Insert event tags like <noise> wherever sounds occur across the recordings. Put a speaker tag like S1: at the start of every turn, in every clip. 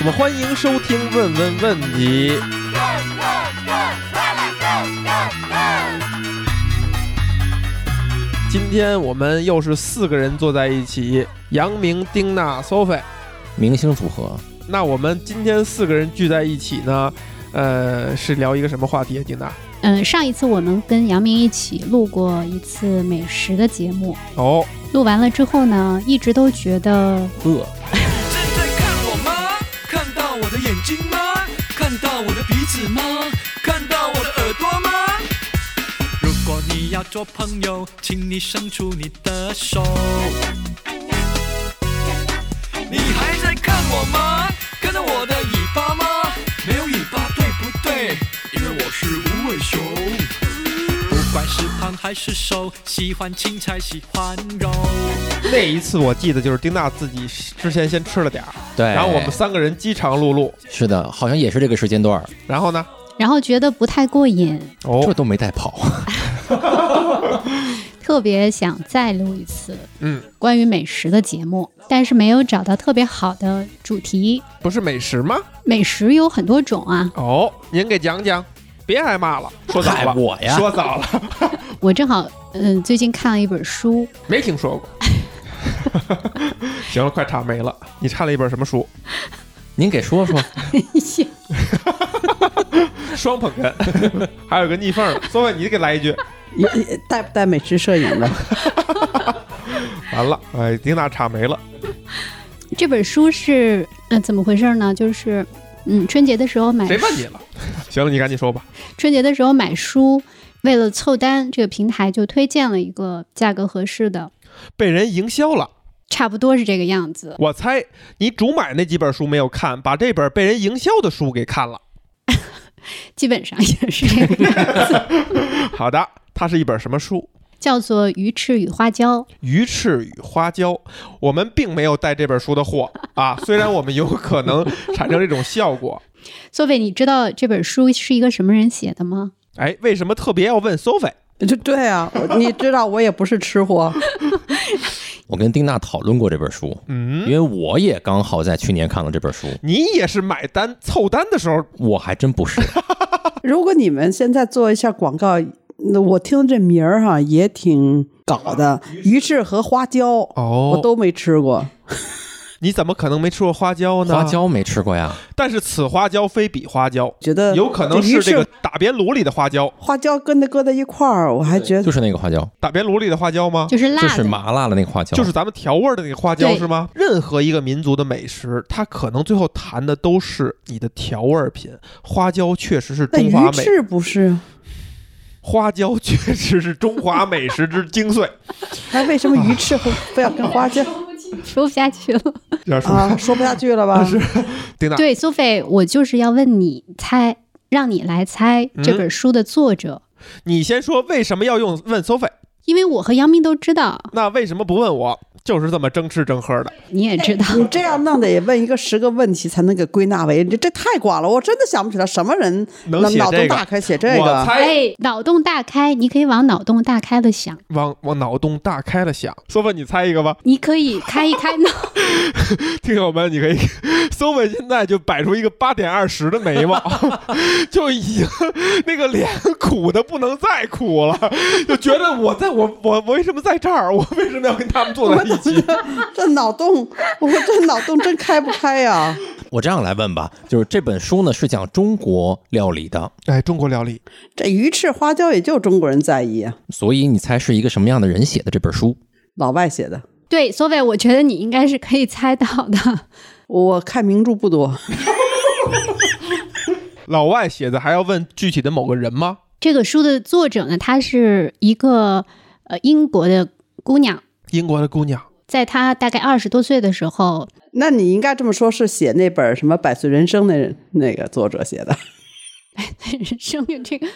S1: 我们欢迎收听《问问问题》。今天我们又是四个人坐在一起，杨明、丁娜、Sophie。
S2: 明星组合，
S1: 那我们今天四个人聚在一起呢，呃，是聊一个什么话题啊？丁娜？
S3: 嗯，上一次我们跟杨明一起录过一次美食的节目，
S1: 哦，
S3: 录完了之后呢，一直都觉得
S2: 饿，
S4: 正在看我吗？看到我的眼睛吗？看到我的鼻子吗？看到我的耳朵吗？如果你要做朋友，请你伸出你的手。你还在看我吗？看到我的尾巴吗？没有尾巴对不对？因为我是无尾熊。不管是胖还是瘦，喜欢青菜喜欢肉。
S1: 那一次我记得就是丁娜自己之前先吃了点儿，
S2: 对，
S1: 然后我们三个人饥肠辘辘，
S2: 是的，好像也是这个时间段儿，
S1: 然后呢？
S3: 然后觉得不太过瘾，
S2: 这
S1: 哦，
S2: 都没带跑，
S3: 特别想再录一次
S1: 嗯，
S3: 关于美食的节目，但是没有找到特别好的主题。
S1: 不是美食吗？
S3: 美食有很多种啊，
S1: 哦，您给讲讲，别挨骂了，说早
S2: 害
S1: 了，
S2: 哎我呀，
S1: 啊说早了，
S3: 我正好嗯最近看了一本书， <laughs>
S1: 没听说 <laughs> 过。行了，快差没了。你差了一本什么书？
S2: 您给说 <laughs> 说，
S1: 双捧哏，还有个逆缝儿。所伟，你给来一句。
S5: 也也带不带美食摄影的？
S1: <laughs> 完了，哎，丁娜差没了。
S3: 这本书是嗯、呃怎么回事呢？就是嗯春节的时候买
S1: 谁问你了？行了，你赶紧说吧。
S3: 春节的时候买书，为了凑单，这个平台就推荐了一个价格合适的，
S1: 被人营销了，
S3: 差不多是这个样子。
S1: 我猜你主买那几本书没有看，把这本被人营销的书给看了。
S3: 基本上也是这个样子，
S1: 好的，它是一本什么书？
S3: 叫做《鱼翅与花椒》。
S1: 鱼翅与花椒，我们并没有带这本书的货啊，虽然我们有可能产生这种效果。
S3: 索菲，你知道这本书是一个什么人写的吗？
S1: 哎，为什么特别要问 Sophie？
S5: 就对啊，我你知道我也不是吃货，
S2: 我跟丁娜讨论过这本书，因
S1: 嗯，
S2: 为我也刚好在去年看了这本书，
S1: 你也是买单凑单的时候，
S2: 我还真不是，
S5: 如果你们现在做一下广告，那我听这名儿哈也挺搞的，鱼翅和花椒，
S1: 哦
S5: 我都没吃过。
S1: 你怎么可能没吃过花椒呢？
S2: 花，椒没吃过呀，
S1: 但是此花椒非彼花椒，
S5: 觉
S3: 呃
S5: 得
S1: 有可能是
S5: 鱼翅
S1: 这个打边炉里的花椒。
S5: 花椒跟它搁在一块儿，我还觉
S2: 就
S5: 得
S2: 是那个花椒，
S1: 打边炉里的花椒吗？
S3: 就是辣
S2: 哦就
S3: 的，
S2: 是麻辣的那个花椒，
S1: 就是咱们调味儿的那个花椒
S3: 对
S1: 是吗？任何一个民族的美食，它可能最后谈的都是你的调味儿品。花椒确实是
S5: 那
S1: 中华
S5: 鱼
S1: 美
S5: 翅不是，
S1: 花椒确实是中华美食之精髓。
S5: 那为什么鱼翅
S1: 啊
S5: 会非要跟花椒
S3: 说不下去了。
S1: <laughs> 要说 <laughs>
S5: 啊？说不下去了吧？
S1: 丁娜，
S3: 对，索菲，我就是要问你猜，让你来猜这本书的作者，
S1: 你先说为什么要用问 Sophie？
S3: 因为我和杨明都知道，
S1: 那为什么不问我？就是这么争吃争喝的。
S3: 你也知道。
S5: 你这样弄得也问一个十个问题才能给归纳为，这这太广了，我真的想不起来什么人
S1: 能
S5: 脑
S1: 写
S5: 脑
S1: 这
S5: 洞
S1: 个
S5: 大开写这
S1: 我
S5: 个。
S1: 猜
S3: 哎，脑洞大开，你可以往脑洞大开了想，
S1: 往往脑洞大开了想。Sophie，你猜一个吧，
S3: 你可以开一开脑。
S1: 听友们，你可以 <laughs> Sophie 现在就摆出一个八点二十的眉毛， <laughs> 就已经那个脸苦的不能再苦了，就觉得我在我我我为什么在这儿？我为什么要跟他们坐在一起？
S5: <laughs> 这脑洞，我这脑洞真开不开呀、
S2: 我这样来问吧，就是这本书呢是讲中国料理的，
S1: 哎，中国料理，
S5: 这鱼翅花椒也就中国人在意啊，
S2: 所以你猜是一个什么样的人写的这本书？
S5: 老外写的。
S3: 对，索菲，我觉得你应该是可以猜到的。
S5: 我看名著不多，
S1: 老外写的还要问具体的某个人吗？
S3: 这个书的作者呢，她是一个呃英国的姑娘，
S1: 英国的姑娘。
S3: 在她大概二十多岁的时候， <laughs>
S5: 那你应该这么说，是写那本什么《百岁人生》的那个作者写的，
S3: 生命这个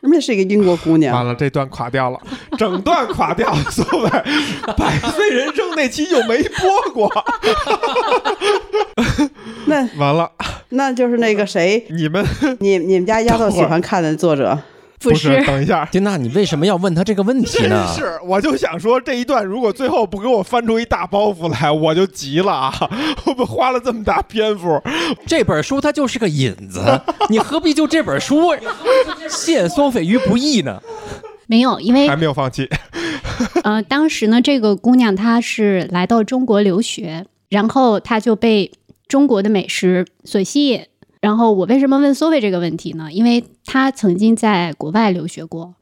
S5: 那是一个英国姑
S2: 哎
S1: 完
S5: 娘。
S1: 了，这段垮掉了，整段垮掉。所谓百岁人生那期就没播过。
S5: 那
S1: 完了，
S5: 那就是那个谁，
S1: 你们
S5: 你你们家丫头喜欢看的作者
S3: 不
S1: 是，
S3: 是，
S1: 等一下。
S2: 丁娜，你为什么要问他这个问题
S1: 真
S2: 呢？
S1: 是，我就想说这一段，如果最后不给我翻出一大包袱来，我就急了啊！我们花了这么大篇幅，
S2: 这本书它就是个引子，你何必就这本书陷双飞于不义呢？
S3: 没有，因为
S1: 还没有放弃。
S3: 呃，当时呢，这个姑娘她是来到中国留学，然后她就被中国的美食所吸引。然后我为什么问 Sophie 这个问题呢？因为她曾经在国外留学过，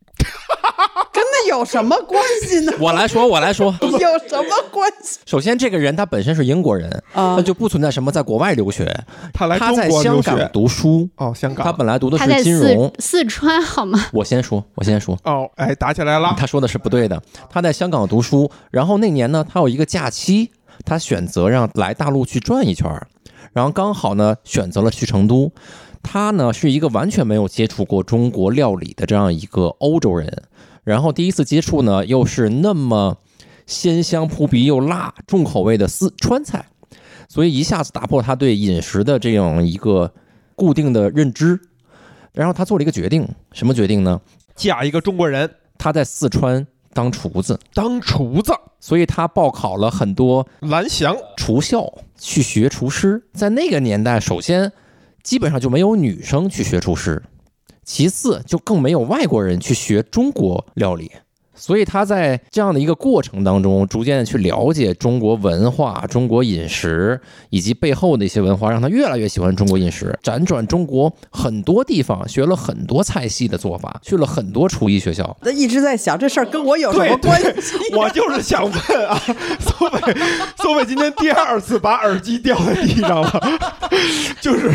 S5: 跟那有什么关系呢？ <laughs>
S2: 我来说，我来说。
S5: 有什么关系？
S2: 首先，这个人他本身是英国人，
S5: 啊
S2: 那就不存在什么在国外留学。
S1: 他来
S2: 他
S1: 中
S2: 在
S1: 国
S2: 香
S1: 留
S2: 港
S1: 学，
S2: 读书，
S1: 哦，香
S2: 他
S1: 港，
S2: 本来读的
S3: 她在
S2: 是金融
S3: 四。四川，好吗？
S2: 我先说，我先说，
S1: 哦，哎，打起来了，
S2: 他说的是不对的。他在香港读书，然后那年呢，他有一个假期，他选择让来大陆去转一圈儿，然后刚好呢选择了去成都。他呢是一个完全没有接触过中国料理的这样一个欧洲人，然后第一次接触呢又是那么鲜香扑鼻又辣重口味的四川菜，所以一下子打破他对饮食的这样一个固定的认知。然后他做了一个决定，什么决定呢？
S1: 嫁一个中国人
S2: 他在四川当厨子，
S1: 当厨子，
S2: 所以他报考了很多
S1: 蓝翔
S2: 厨校去学厨师。在那个年代，首先基本上就没有女生去学厨师，其次就更没有外国人去学中国料理。所以他在这样的一个过程当中，逐渐的去了解中国文化、中国饮食以及背后的一些文化，让他越来越喜欢中国饮食。辗转中国很多地方，学了很多菜系的做法，去了很多厨艺学校，
S5: 他一直在想这事儿跟我有什么
S1: 对
S5: 关系？
S1: 对， <laughs> 我就是想问啊， <laughs> 苏北，苏北今天第二次把耳机掉在地上了， <laughs> 就是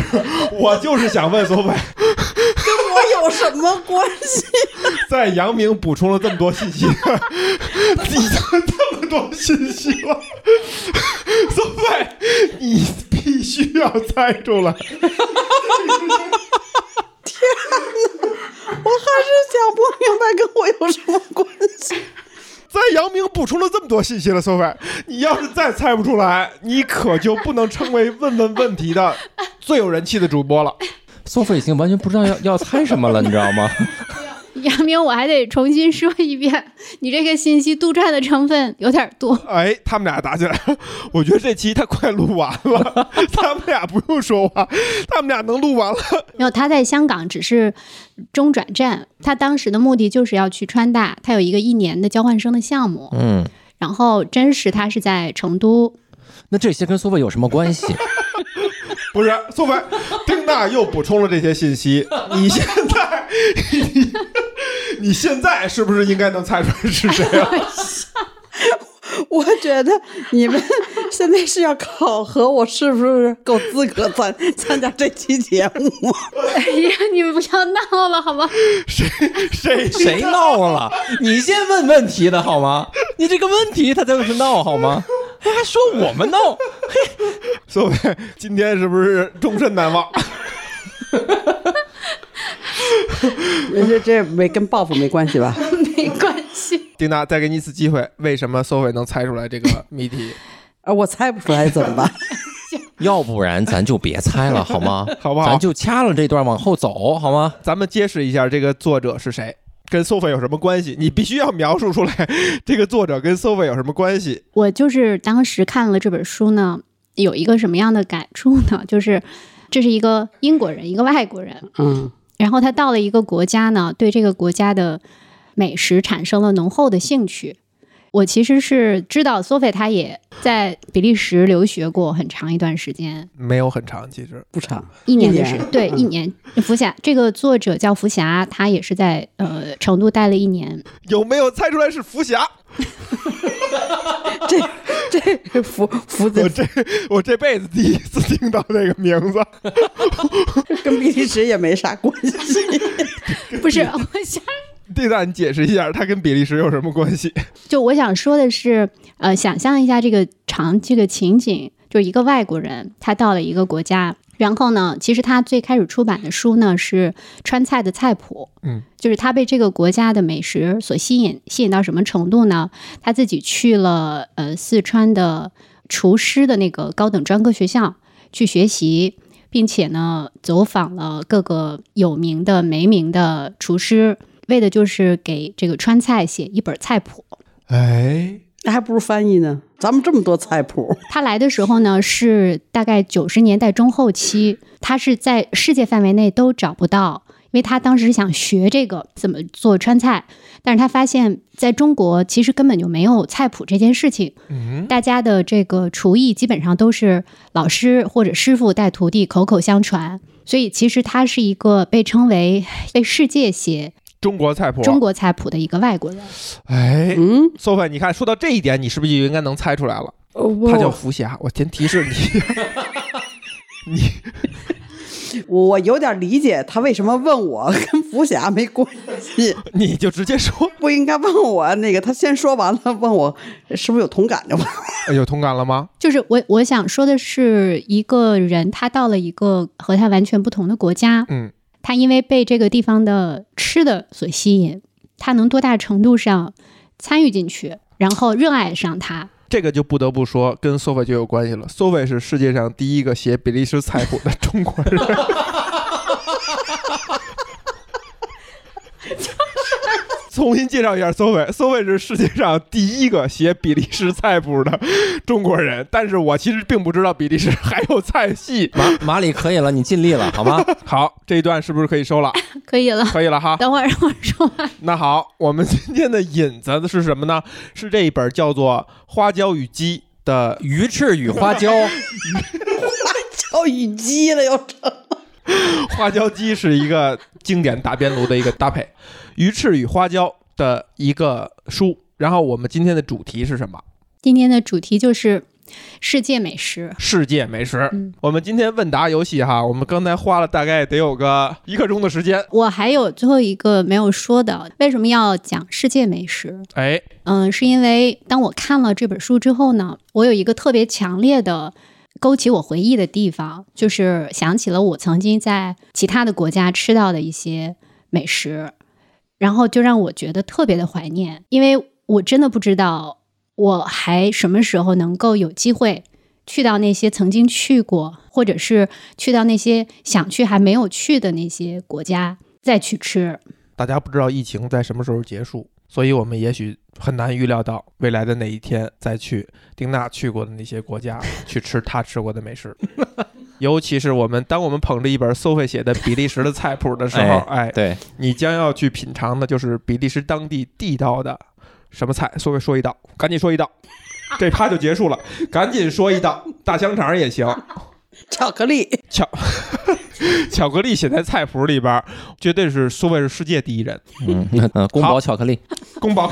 S1: 我就是想问苏北，
S5: 跟我有什么关系？
S1: 在阳明补充了这么多信息， <laughs> 你这么多信息了， <laughs> 苏北，你必须要猜出来，
S5: 我还是想不明白跟我有什么关系。 <laughs>
S1: 在阳明补充了这么多信息了，苏北，你要是再猜不出来，你可就不能称为问问问题的最有人气的主播了。
S2: 索菲已经完全不知道要要猜什么了，你知道 <laughs> 吗？
S3: <laughs> 杨明，我还得重新说一遍，你这个信息杜撰的成分有点多。
S1: 哎，他们俩打起来 <laughs> 了，我觉得这期他快录完了， <laughs> 他们俩不用说话，他们俩能录完了。
S3: 没有，他在香港只是中转站，他当时的目的就是要去川大，他有一个一年的交换生的项目，
S2: 嗯，
S3: 然后真实他是在成都，
S2: 那这些跟索菲有什么关系？
S1: <laughs> 不是，苏凡，丁娜又补充了这些信 <laughs> 息，你现在， <laughs> 你你现在是不是应该能猜出来是谁啊？
S5: 我觉得你们现在是要考核我是不是够资格参参加这期节目 <laughs> 啊？
S3: 哎呀，你们不要闹了好吗？
S1: <laughs> 谁谁
S2: <laughs> 谁闹了？你先问问题的好吗？你这个问题他就是闹好吗？还说我们闹，
S1: 苏菲，今天是不是终身难忘？
S5: 这这没跟报复没关系吧？
S3: 没关系，
S1: 丁娜，再给你一次机会，为什么苏菲能猜出来这 <laughs> 个谜题？
S5: 啊，我猜不出来怎么 <laughs> 办？
S2: 要不然咱就别猜了 <laughs> 好吗？
S1: 好不好
S2: 咱就掐了这段往后走好吗？
S1: 咱们揭示一下这个作者是谁，跟 Sophie 有什么关系？你必须要描述出来这个作者跟 Sophie 有什么关系。
S3: 我就是当时看了这本书呢，有一个什么样的感触呢？就是这是一个英国人，一个外国人，
S5: 嗯，
S3: 然后他到了一个国家呢，对这个国家的美食产生了浓厚的兴趣。我其实是知道索菲他也在比利时留学过很长一段时间，
S1: 没有很长，其实
S5: 不长，
S3: 一年嗯的
S5: 一
S3: 时
S5: 年
S3: 对一年。福霞这个作者叫福霞，他也是在呃成都待了一年。
S1: 有没有猜出来是福 <laughs> 霞？
S5: 这这福福
S1: 我
S5: 子
S1: 这我这辈子第一次听到这个名字。 <laughs>
S5: 跟比利时也没啥关 <laughs> 系。
S3: 不是，我想
S1: 蒂娜，你解释一下，它跟比利时有什么关系？
S3: 就我想说的是，呃，想象一下这个场这个情景，就一个外国人他到了一个国家，然后呢，其实他最开始出版的书呢是川菜的菜谱，
S1: 嗯，
S3: 就是他被这个国家的美食所吸引，吸引到什么程度呢？他自己去了呃四川的厨师的那个高等专科学校去学习。并且呢，走访了各个有名的、没名的厨师，为的就是给这个川菜写一本菜谱。
S1: 哎，
S5: 那还不如翻译呢。咱们这么多菜谱，
S3: 他来的时候呢，是大概九十年代中后期，他是在世界范围内都找不到，因为他当时想学这个怎么做川菜，但是他发现在中国其实根本就没有菜谱这件事情，
S1: 嗯，
S3: 大家的这个厨艺基本上都是老师或者师傅带徒弟口口相传，所以其实他是一个被称为被世界写
S1: 中国菜谱，啊
S3: 中国菜谱的一个外国人。
S1: 哎。
S5: 嗯，
S1: s o p h i e 你看，说到这一点，你是不是就应该能猜出来了？
S5: 我
S1: 他叫福霞。呃我先提示你， <laughs>
S5: 我我有点理解他为什么问我跟福霞没关系，
S1: 你就直接说。
S5: 不应该问我那个。他先说完了，问我是不是有同感 <laughs> 的吧？
S1: <laughs> 哎有同感了吗？
S3: 就是我我想说的是，一个人他到了一个和他完全不同的国家，
S1: 嗯，
S3: 他因为被这个地方的吃的所吸引，他能多大程度上参与进去，然后热爱上它。
S1: 这个就不得不说跟 Sophie 就有关系了。Sophie 是世界上第一个写比利时菜谱的中国人。重新介绍一下 Sophie，Sophie 是世界上第一个写比利时菜谱的中国人，但是我其实并不知道比利时还有菜
S2: <laughs>
S1: 系。
S2: 马马里可以了，你尽力了，好 <laughs> 吗？
S1: 好，这一段是不是可以收了？
S3: 可以了，
S1: 可以了哈。
S3: <laughs> 等会儿让我说完。
S1: 那好，我们今天的引子是什么呢？是这一本叫做《花椒与鸡》的
S2: 鱼翅与花椒，
S5: 叫雨鸡了又成。
S1: 花椒鸡是一个经典大边炉的一个搭配，鱼翅与花椒的一个书。然后我们今天的主题是什么？
S3: 今天的主题就是世界美食，
S1: 世界美食。
S3: 嗯
S1: 我们今天问答游戏哈，我们刚才花了大概得有个一刻钟的时间。
S3: 我还有最后一个没有说的，为什么要讲世界美食？
S1: 哎，
S3: 嗯，是因为当我看了这本书之后呢，我有一个特别强烈的勾起我回忆的地方，就是想起了我曾经在其他的国家吃到的一些美食，然后就让我觉得特别的怀念，因为我真的不知道我还什么时候能够有机会去到那些曾经去过，或者是去到那些想去还没有去的那些国家再去吃。
S1: 大家不知道疫情在什么时候结束，所以我们也许很难预料到未来的哪一天再去丁娜去过的那些国家去吃她吃过的美 <laughs> 食。尤其是我们，当我们捧着一本 Sophie 写的比利时的菜谱的时候，哎，
S2: 对，
S1: 你将要去品尝的就是比利时当地地道的什么菜？所谓说一道，赶紧说一道，这趴就结束了，赶紧说一道，大香肠也行。
S5: 巧克力，
S1: 巧克力写在菜谱里边儿，绝对是苏味是世界第一人，
S2: 嗯嗯，宫保巧克力，
S1: <laughs> 宫保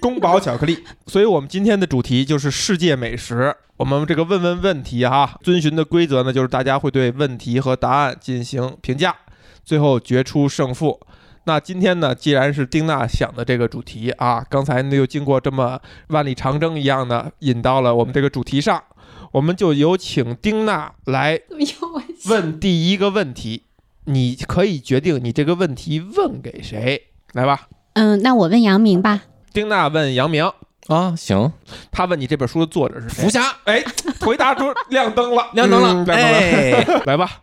S1: 宫保巧克力。所以我们今天的主题就是世界美食。我们这个问问问题哈，遵循的规则呢，就是大家会对问题和答案进行评价，最后决出胜负。那今天呢，既然是丁娜想的这个主题啊，刚才呢又经过这么万里长征一样的引到了我们这个主题上，我们就有请丁娜来问第一个问题，你可以决定你这个问题问给谁，来吧。
S3: 嗯，那我问杨明吧。
S1: 丁娜问杨明，
S2: 啊，行，
S1: 他问你这本书的作者是谁？
S2: 霞，
S1: 哎，回答出亮灯了，
S2: 亮灯
S1: 嗯
S2: 了，
S1: 亮灯了，
S2: 哎，
S1: <laughs> 来吧。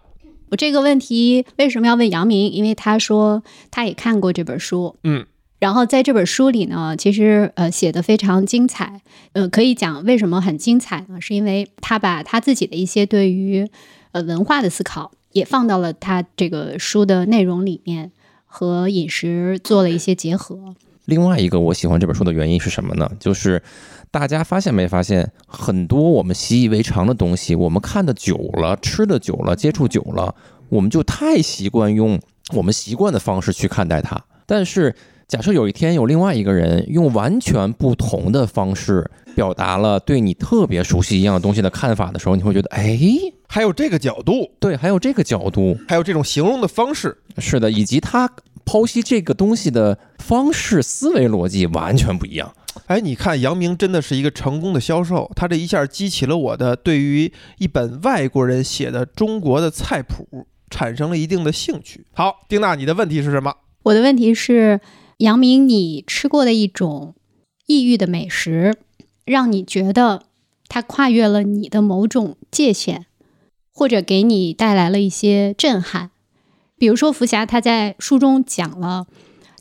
S3: 我这个问题为什么要问杨明？因为他说他也看过这本书，
S1: 嗯，
S3: 然后在这本书里呢，其实呃写的非常精彩，呃，可以讲为什么很精彩呢？是因为他把他自己的一些对于呃文化的思考也放到了他这个书的内容里面，和饮食做了一些结合。
S2: 另外一个我喜欢这本书的原因是什么呢？就是大家发现没发现，很多我们习以为常的东西，我们看的久了，吃的久了，接触久了，我们就太习惯用我们习惯的方式去看待它。但是，假设有一天有另外一个人用完全不同的方式表达了对你特别熟悉一样东西的看法的时候，你会觉得，哎，
S1: 还有这个角度，
S2: 对，还有这个角度，
S1: 还有这种形容的方式，
S2: 是的，以及他剖析这个东西的方式、思维逻辑完全不一样。
S1: 哎，你看杨明真的是一个成功的销售，他这一下激起了我的对于一本外国人写的中国的菜谱产生了一定的兴趣。好，丁娜，你的问题是什么？
S3: 我的问题是，杨明，你吃过的一种异域的美食，让你觉得它跨越了你的某种界限，或者给你带来了一些震撼。比如说，福霞她在书中讲了，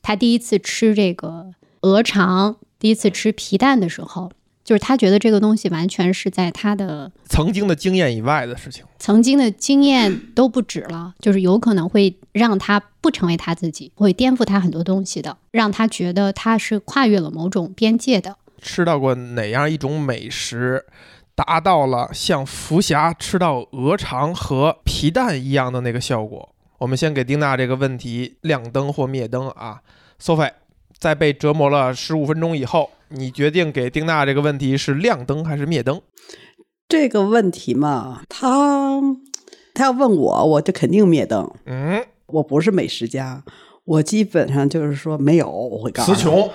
S3: 他第一次吃这个鹅肠，第一次吃皮蛋的时候，就是他觉得这个东西完全是在他的
S1: 曾经的经验以外的事情。
S3: 曾经的经验都不止了，就是有可能会让他不成为他自己，会颠覆他很多东西的，让他觉得他是跨越了某种边界的。
S1: 吃到过哪样一种美食，达到了像福霞吃到鹅肠和皮蛋一样的那个效果？我们先给丁娜这个问题亮灯或灭灯啊，Sophie，在被折磨了十五分钟以后，你决定给丁娜这个问题是亮灯还是灭灯？
S5: 这个问题嘛，他他要问我，我就肯定灭灯。
S1: 嗯，
S5: 我不是美食家，我基本上就是说没有，我会告诉
S1: 词
S5: 他。
S1: 穷，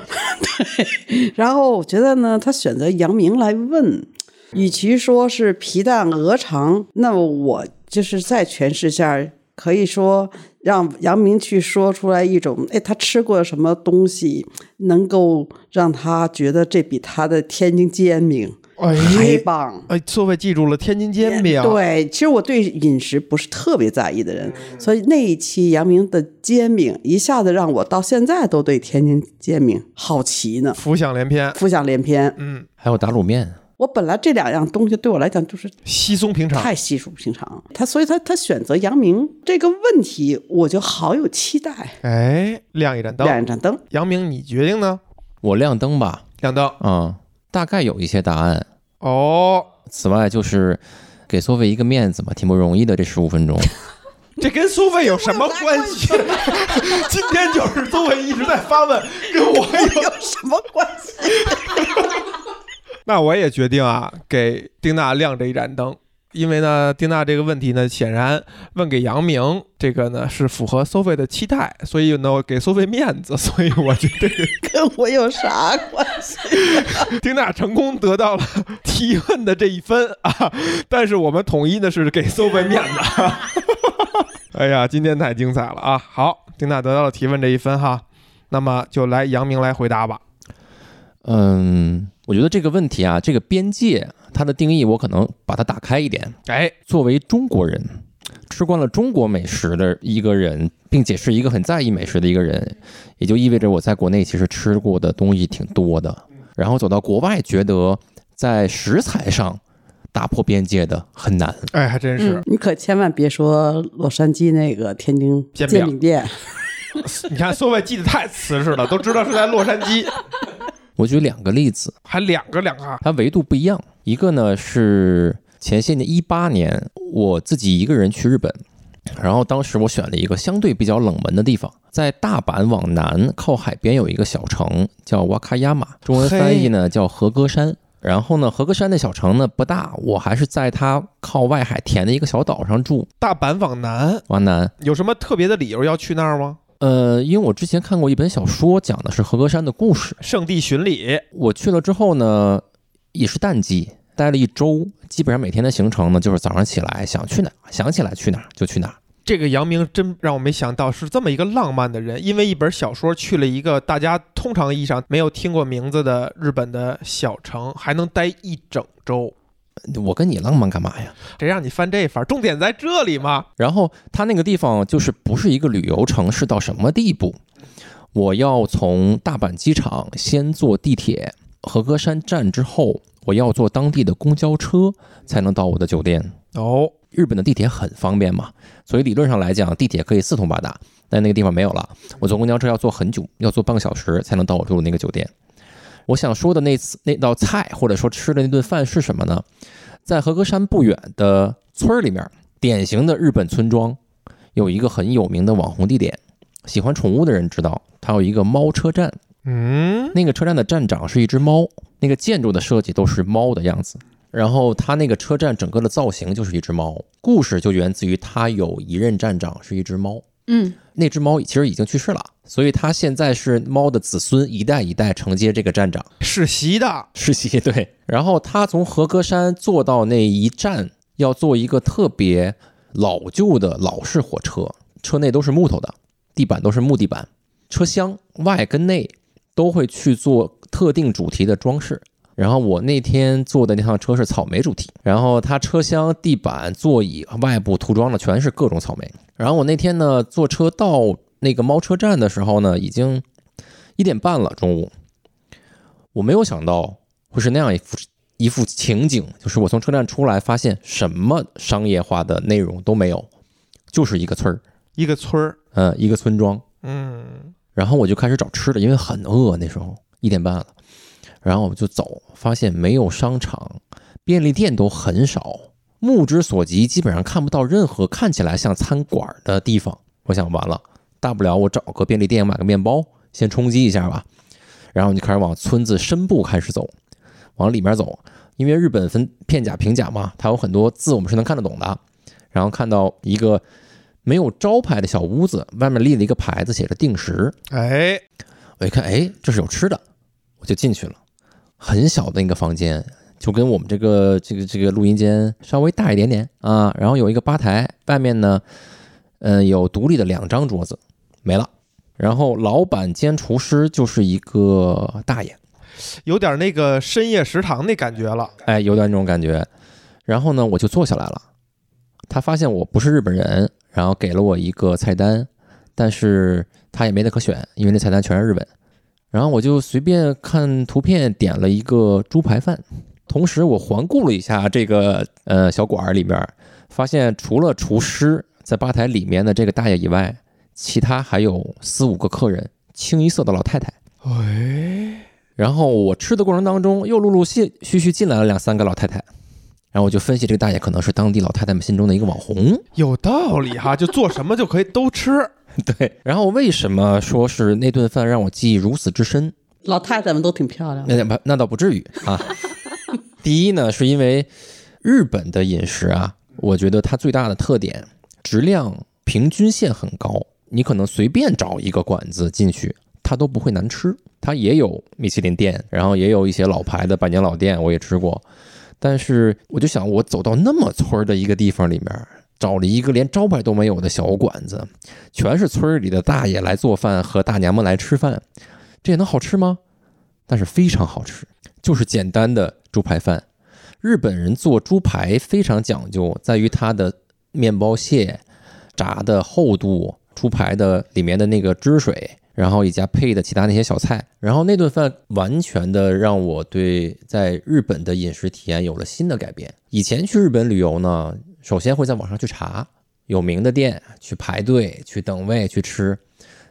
S5: 然后我觉得呢，他选择杨明来问，与其说是皮蛋鹅肠，那么我就是再诠释一下，可以说让杨明去说出来一种，哎，他吃过什么东西，能够让他觉得这比他的天津煎饼
S1: 哎
S5: 还棒。
S1: 哎，Sophie 记住了天津煎饼，，
S5: 对，其实我对饮食不是特别在意的人，所以那一期杨明的煎饼一下子让我到现在都对天津煎饼好奇呢，
S1: 浮想联翩，
S5: 浮想联翩。
S1: 嗯，
S2: 还有打卤面，
S5: 我本来这两样东西对我来讲就是
S1: 稀松平常，
S5: 太稀疏平常，他所以他他选择杨明这个问题，我就好有期待。
S1: 哎，亮一盏灯，
S5: 两盏灯， <laughs>
S1: 杨明，你决定呢？
S2: 我亮灯吧，
S1: 亮灯
S2: 嗯，大概有一些答案。
S1: 哦，
S2: 此外就是给索菲一个面子嘛，挺不容易的这十五分钟。
S1: <laughs> 这跟苏菲有什么关 <laughs> 系？今天就是苏菲一直在发问，跟我有。
S5: 有什么关系？
S1: <laughs> 那我也决定啊，给丁娜亮这一盏灯，因为呢，丁娜这个问题呢，显然问给杨明，这个呢是符合苏菲的期待，所以呢，我给苏菲面子，所以我决定
S5: 跟我有啥关系？
S1: <laughs> 丁娜成功得到了提问的这一分啊，但是我们统一的是给搜文面子。 <laughs> 哎呀，今天太精彩了啊！好，丁娜得到了提问这一分哈，那么就来杨明来回答吧。
S2: 嗯，我觉得这个问题啊，这个边界它的定义，我可能把它打开一点。
S1: 哎，
S2: 作为中国人，吃惯了中国美食的一个人，并且是一个很在意美食的一个人，也就意味着我在国内其实吃过的东西挺多的。然后走到国外，觉得在食材上打破边界的很难。
S1: 哎，还真是，
S5: 你可千万别说洛杉矶那个天津
S1: 煎
S5: 煎
S1: 饼
S5: 饼店，
S1: 你看搜文记得太瓷实了，都知道是在洛杉矶，
S2: 我举两个例子，
S1: 还两个两个啊，
S2: 它维度不一样。一个呢是前些年一八年，我自己一个人去日本，然后当时我选了一个相对比较冷门的地方，在大阪往南靠海边有一个小城叫瓦卡亚马，中文翻译呢叫和歌山。然后呢，和歌山那小城呢不大，我还是在它靠外海填的一个小岛上住，
S1: 大阪往南
S2: 往南。
S1: 有什么特别的理由要去那儿吗？
S2: 呃，因为我之前看过一本小说，讲的是和歌山的故事，
S1: 圣地巡礼，
S2: 我去了之后呢，也是淡季，待了一周，基本上每天的行程呢，就是早上起来想去哪儿，想起来去哪儿就去哪儿。
S1: 这个杨明真让我没想到是这么一个浪漫的人，因为一本小说去了一个大家通常意义上没有听过名字的日本的小城，还能待一整周，
S2: 我跟你浪漫干嘛呀？
S1: 谁让你翻这法儿？重点在这里嘛。
S2: 然后它那个地方就是不是一个旅游城市到什么地步？我要从大阪机场先坐地铁和歌山站之后，我要坐当地的公交车才能到我的酒店。
S1: 哦，
S2: 日本的地铁很方便嘛，所以理论上来讲，地铁可以四通八达，但那个地方没有了。我坐公交车要坐很久，要坐半个小时才能到我住的那个酒店。我想说的那次那道菜或者说吃的那顿饭是什么呢？在和歌山不远的村儿里面，典型的日本村庄，有一个很有名的网红地点，喜欢宠物的人知道，它有一个猫车站。
S1: 嗯，
S2: 那个车站的站长是一只猫，那个建筑的设计都是猫的样子。然后它那个车站整个的造型就是一只猫，故事就源自于它有一任站长是一只猫，
S3: 嗯，
S2: 那只猫其实已经去世了，所以它现在是猫的子孙，一代一代承接这个站长
S1: 世袭的，
S2: 世袭。对， <laughs> 然后它从和歌山坐到那一站，要坐一个特别老旧的老式火车，车内都是木头的，地板都是木地板，车厢外跟内都会去做特定主题的装饰。然后我那天坐的那趟车是草莓主题，然后它车厢、地板、座椅外部涂装的全是各种草莓。然后我那天呢坐车到那个猫车站的时候呢，已经一点半了，中午，我没有想到会是那样一幅一幅情景，就是我从车站出来，发现什么商业化的内容都没有，就是一个村儿，
S1: 一个村儿，
S2: 嗯，一个村庄，
S1: 嗯，
S2: 然后我就开始找吃的，因为很饿，那时候一点半了。然后我就走，发现没有商场，便利店都很少，目之所及基本上看不到任何看起来像餐馆的地方。我想完了，大不了我找个便利店买个面包，先充饥一下吧。然后我就开始往村子深部开始走，往里面走，因为日本分片假平假嘛，它有很多字我们是能看得懂的。然后看到一个没有招牌的小屋子，外面立了一个牌子，写着定时。
S1: 哎，
S2: 我一看，哎，这是有吃的，我就进去了。很小的一个房间，就跟我们这个这个这个录音间稍微大一点点啊。然后有一个吧台，外面呢，呃，有独立的两张桌子，没了。然后老板兼厨师就是一个大爷，
S1: 有点那个深夜食堂那感觉了，
S2: 哎，有点那种感觉。然后呢，我就坐下来了。他发现我不是日本人，然后给了我一个菜单，但是他也没得可选，因为那菜单全是日本。然后我就随便看图片点了一个猪排饭，同时我环顾了一下这个呃小馆儿里边，发现除了厨师在吧台里面的这个大爷以外，其他还有四五个客人，清一色的老太太。
S1: 哎，
S2: 然后我吃的过程当中，又陆陆续续续进来了两三个老太太，然后我就分析这个大爷可能是当地老太太们心中的一个网红。
S1: 有道理哈，就做什么就可以都吃，
S2: 对，然后为什么说是那顿饭让我记忆如此之深？
S5: 老太太们都挺漂亮
S2: 那
S5: 的，
S2: 不那倒不至于啊。 <laughs> 第一呢，是因为日本的饮食啊，我觉得它最大的特点，质量平均线很高。你可能随便找一个馆子进去，它都不会难吃。它也有米其林店，然后也有一些老牌的百年老店，我也吃过。但是我就想，我走到那么村儿的一个地方里面，找了一个连招牌都没有的小馆子，全是村儿里的大爷来做饭和大娘们来吃饭，这也能好吃吗？但是非常好吃，就是简单的猪排饭。日本人做猪排非常讲究，在于它的面包屑、炸的厚度、猪排的里面的那个汁水，然后以及配的其他那些小菜。然后那顿饭完全的让我对在日本的饮食体验有了新的改变。以前去日本旅游呢，首先会在网上去查有名的店，去排队、去等位、去吃。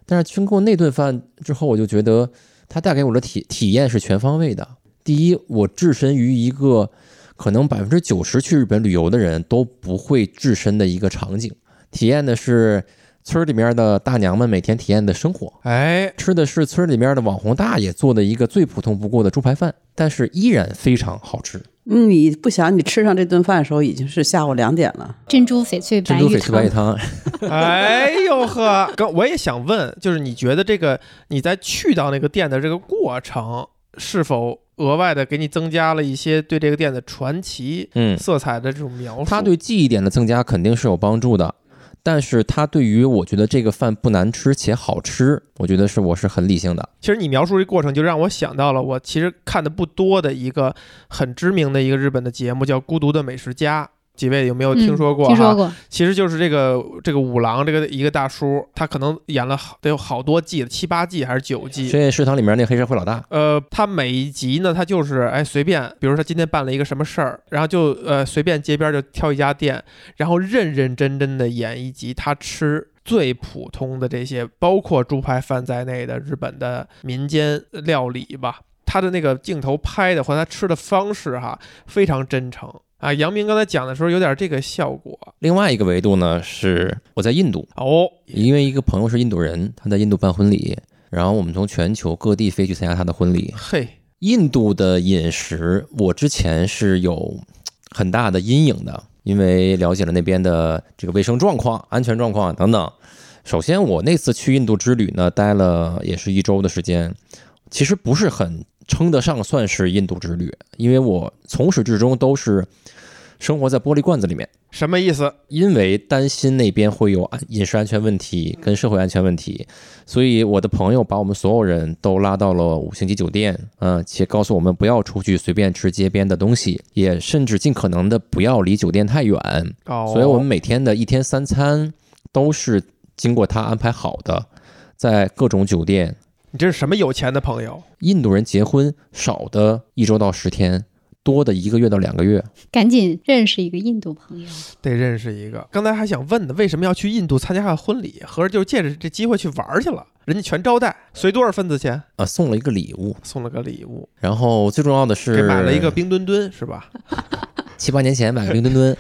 S2: 但是经过那顿饭之后，我就觉得它带给我的体体验是全方位的。第一，我置身于一个可能百分之九十去日本旅游的人都不会置身的一个场景，体验的是村儿里面的大娘们每天体验的生活，
S1: <laughs> 哎，
S2: 吃的是村儿里面的网红大爷做的一个最普通不过的猪排饭，但是依然非常好吃。
S5: 嗯你不想你吃上这顿饭的时候已经是下午两点了，
S3: 珍珠翡翠
S2: 珍
S3: 白
S2: 珠
S3: 玉
S2: 翡翠白玉
S3: 汤，
S2: 汤，
S1: 哎呦 <laughs> 呵，刚我也想问，就是你觉得这个你在去到那个店的这个过程，是否额外的给你增加了一些对这个店的传奇 <laughs>
S2: 嗯，
S1: 色彩的这种描述？
S2: 它对记忆点的增加肯定是有帮助的，但是它对于我觉得这个饭不难吃且好吃，我觉得是我是很理性的。
S1: 其实你描述这过程，就让我想到了我其实看的不多的一个很知名的一个日本的节目，叫《孤独的美食家》。几位有没有
S3: 嗯
S1: 听说过、
S3: 听说。过，
S1: 其实就是这个这个五郎这个一个大叔，他可能演了好得有好多季了，七八季还是九季。
S2: 深夜食堂里面那黑社会老大，
S1: 呃，他每一集呢，他就是哎随便，比如说今天办了一个什么事儿，然后就呃随便街边就挑一家店，然后认认真真的演一集他吃最普通的这些，包括猪排饭在内的日本的民间料理吧。他的那个镜头拍的和他吃的方式哈，非常真诚啊。杨明刚才讲的时候有点这个效果
S2: 另外一个维度呢是我在印度，
S1: 哦，
S2: 因为一个朋友是印度人，他在印度办婚礼，然后我们从全球各地飞去参加他的婚礼。
S1: 嘿，
S2: 印度的饮食，我之前是有很大的阴影的，因为了解了那边的这个卫生状况、安全状况等等。首先，我那次去印度之旅呢，待了也是一周的时间，其实不是很称得上算是印度之旅，因为我从始至终都是生活在玻璃罐子里面。
S1: 什么意思？
S2: 因为担心那边会有安饮食安全问题
S1: 嗯
S2: 跟社会安全问题，所以我的朋友把我们所有人都拉到了五星级酒店，嗯，且告诉我们不要出去随便吃街边的东西，也甚至尽可能的不要离酒店太远。
S1: 哦，
S2: 所以我们每天的一天三餐都是经过他安排好的，在各种酒店
S1: 你这是什么有钱的朋友？
S2: 印度人结婚少的一周到十天，多的一个月到两个月。
S3: 赶紧认识一个印度朋友。
S1: 得认识一个。刚才还想问呢，为什么要去印度参加个婚礼？合着就是借着这机会去玩儿去了，人家全招待，随多少份子钱？
S2: 呃，送了一个礼物，
S1: 送了个礼物，
S2: 然后最重要的是
S1: 给买了一个冰墩墩，是吧？
S2: 七八年前买个冰墩墩。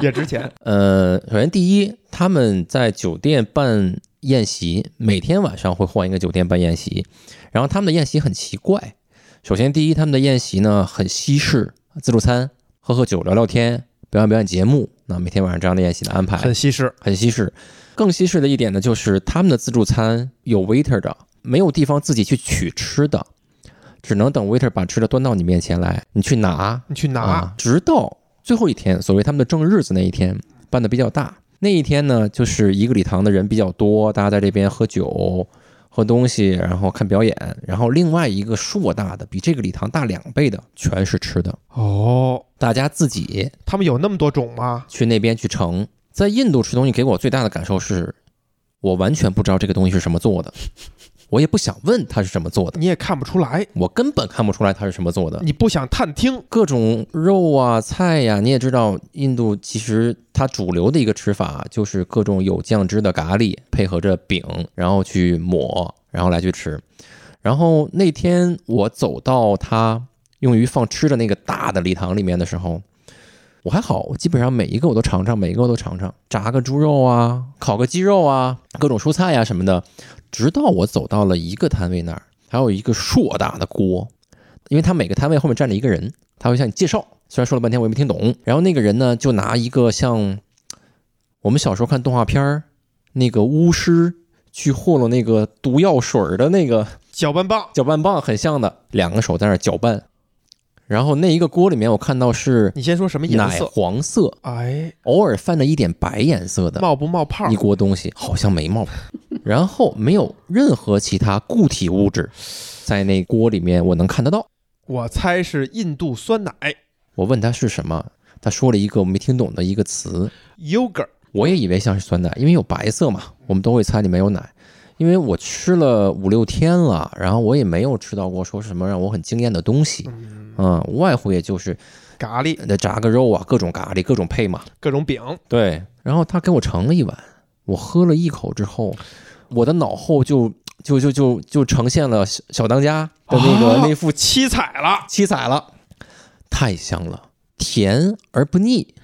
S1: 也值
S2: <laughs>
S1: 钱。
S2: 呃，首先第一，他们在酒店办宴席，每天晚上会换一个酒店办宴席，然后他们的宴席很奇怪。首先第一，他们的宴席呢很西式，自助餐，喝喝酒，聊聊天，表演表演节目。那每天晚上这样的宴席的安排
S1: 很西式，
S2: 很西式。更西式的一点呢，就是他们的自助餐有 waiter 的，没有地方自己去取吃的，只能等 waiter 把吃的端到你面前来，你去拿。
S1: 你去拿、
S2: 啊，直到最后一天，所谓他们的正日子那一天办的比较大。那一天呢，就是一个礼堂的人比较多，大家在这边喝酒、喝东西，然后看表演。然后另外一个硕大的，比这个礼堂大两倍的，全是吃的，
S1: 哦。
S2: 大家自己
S1: 他们有那么多种吗？
S2: 去那边去盛。在印度吃东西，给我最大的感受是，我完全不知道这个东西是什么做的，我也不想问它是什么做的，
S1: 你也看不出来，
S2: 我根本看不出来它是什么做的。
S1: 你不想探听，
S2: 各种肉啊、菜呀、你也知道，印度其实它主流的一个吃法就是各种有酱汁的咖喱，配合着饼，然后去抹，然后来去吃。然后那天我走到它用于放吃的那个大的礼堂里面的时候，我还好，我基本上每一个我都尝尝，每一个我都尝尝，炸个猪肉啊，烤个鸡肉啊，各种蔬菜呀、什么的。直到我走到了一个摊位那儿，还有一个硕大的锅，因为他每个摊位后面站着一个人，他会向你介绍。虽然说了半天我也没听懂，然后那个人呢就拿一个像我们小时候看动画片儿那个巫师去和了那个毒药水儿的那个
S1: 搅拌棒，
S2: 搅拌棒很像的，两个手在那儿搅拌。然后那一个锅里面我看到是
S1: 你先说什么颜
S2: 奶啊
S1: 色？
S2: 黄色，
S1: 哎，
S2: 偶尔泛着一点白颜色的
S1: 冒不冒泡
S2: 一？锅东西，好像没冒泡，然后没有任何其他固体物质在那锅里面我能看得到。
S1: 我猜是印度酸奶
S2: 我问他是什么，他说了一个我没听懂的一个词，
S1: yogurt，
S2: 我也以为像是酸奶，因为有白色嘛，我们都会猜里面有奶。因为我吃了五六天了，然后我也没有吃到过说什么让我很惊艳的东西，嗯，无外乎也就是
S1: 咖喱，
S2: 那炸个肉啊，各种咖喱，各种配嘛。
S1: 各种饼，
S2: 对，然后他给我盛了一碗，我喝了一口之后，我的脑后就就就就就呈现了小小当家的那个、那
S1: 那副七彩了，
S2: 七彩了，太香了，甜而不腻。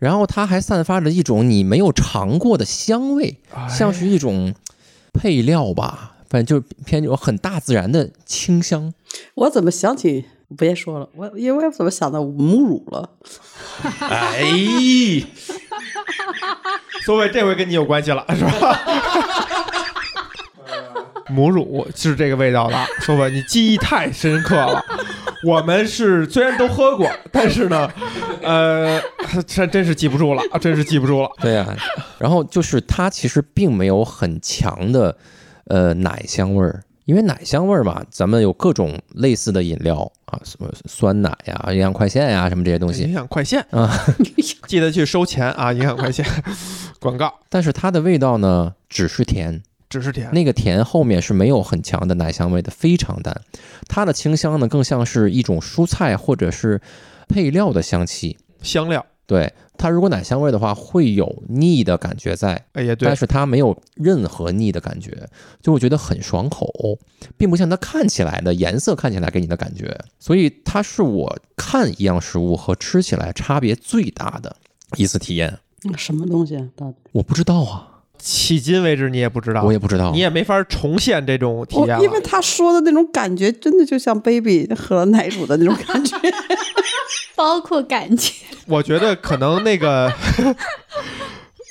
S2: 然后它还散发着一种你没有尝过的香味，
S1: 哎
S2: 像是一种配料吧，反正就是偏有很大自然的清香。
S5: 我怎么想起？别说了，我因为我怎么想到母乳了？
S1: 哎， <laughs> 所谓这回跟你有关系了，是吧？ <laughs> 母乳是这个味道的，说吧，你记忆太深刻了。我们是虽然都喝过，但是呢，呃，真真是记不住了，真是记不住了。
S2: 对呀、然后就是它其实并没有很强的呃奶香味儿，因为奶香味儿吧，咱们有各种类似的饮料啊，什么酸奶呀、营养快线呀、什么这些东
S1: 影
S2: 西，
S1: 响快线
S2: 啊，
S1: 记得去收钱啊！影响快线广告
S2: 但是它的味道呢只是甜，
S1: 只是甜，
S2: 那个甜后面是没有很强的奶香味的，非常淡。它的清香呢更像是一种蔬菜或者是配料的香气。
S1: 香料。
S2: 对它如果奶香味的话，会有腻的感觉在，
S1: 哎呀，对
S2: 但，是它没有任何腻的感觉，就我觉得很爽口，并不像它看起来的颜色看起来给你的感觉，所以它是我看一样食物和吃起来差别最大的一次体验。
S5: 什么东西啊？到底
S2: 我不知道啊，
S1: 迄今为止你也不知道，
S2: 我也不知道
S1: 啊你，也没法重现这种体
S5: 我
S1: 验
S5: 哦因为
S1: 了。
S5: 他说的那种感觉，真的就像 baby 喝了奶乳的那种感觉。
S1: <laughs>
S3: 包括感情，
S1: 我觉得可能那个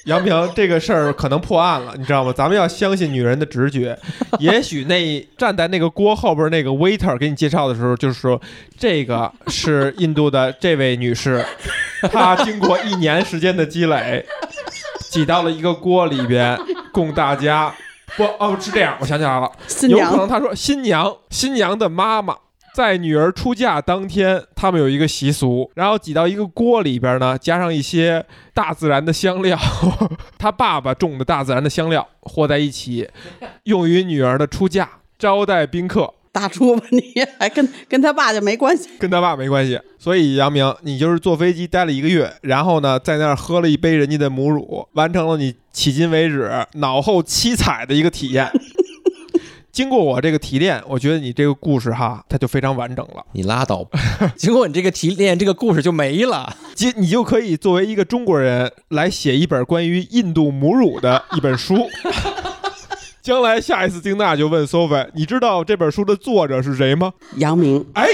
S1: 杨平这个事儿可能破案了，你知道吗？咱们要相信女人的直觉。也许那站在那个锅后边那个 waiter 给你介绍的时候，就是说这个是印度的这位女士，她经过一年时间的积累，挤到了一个锅里边供大家。不哦，是这样，我想起来了，
S5: 新
S1: 有可
S5: 娘
S1: 能他说新娘，新娘的妈妈在女儿出嫁当天，他们有一个习俗，然后挤到一个锅里边呢，加上一些大自然的香料， <laughs> 他爸爸种的大自然的香料和在一起，用于女儿的出嫁招待宾客，
S5: 大猪吧你，还跟跟他爸就没关系。
S1: 跟他爸没关系。所以杨明，你就是坐飞机待了一个月，然后呢，在那儿喝了一杯人家的母乳，完成了你迄今为止脑后七彩的一个体验。 <laughs> 经过我这个提炼，我觉得你这个故事哈，它就非常完整了。
S2: 你拉倒吧！ <laughs> 结果你这个提炼这个故事就没了。
S1: 即你就可以作为一个中国人来写一本关于印度母乳的一本书。 <laughs> 将来下一次丁娜就问 Sophie，你知道这本书的作者是谁吗？
S5: 杨明，
S1: 哎，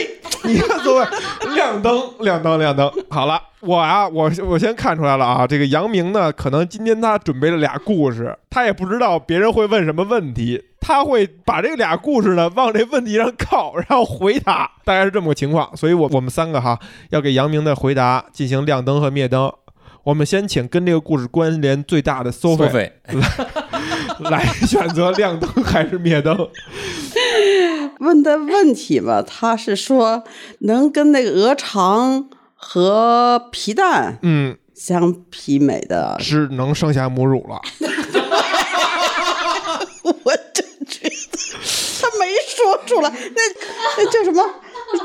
S1: 你看 Sophie，亮 <laughs> 灯，亮灯，亮灯。好了，我啊，我我先看出来了啊，这个杨明呢，可能今天他准备了俩故事，他也不知道别人会问什么问题，他会把这俩故事呢往这问题上靠，然后回答， <laughs> 大概是这么个情况。所以我我们三个哈，要给杨明的回答进行亮灯和灭灯。我们先请跟这个故事关联最大的 Sophie
S2: 菲，
S1: <laughs> 来选择亮灯还是灭灯。
S5: 问的问题吧，他是说能跟那个鹅肠和皮蛋
S1: 嗯，
S5: 相媲美的，
S1: <laughs> 只能剩下母乳了。
S5: 我真觉得他没说出来，那那叫什么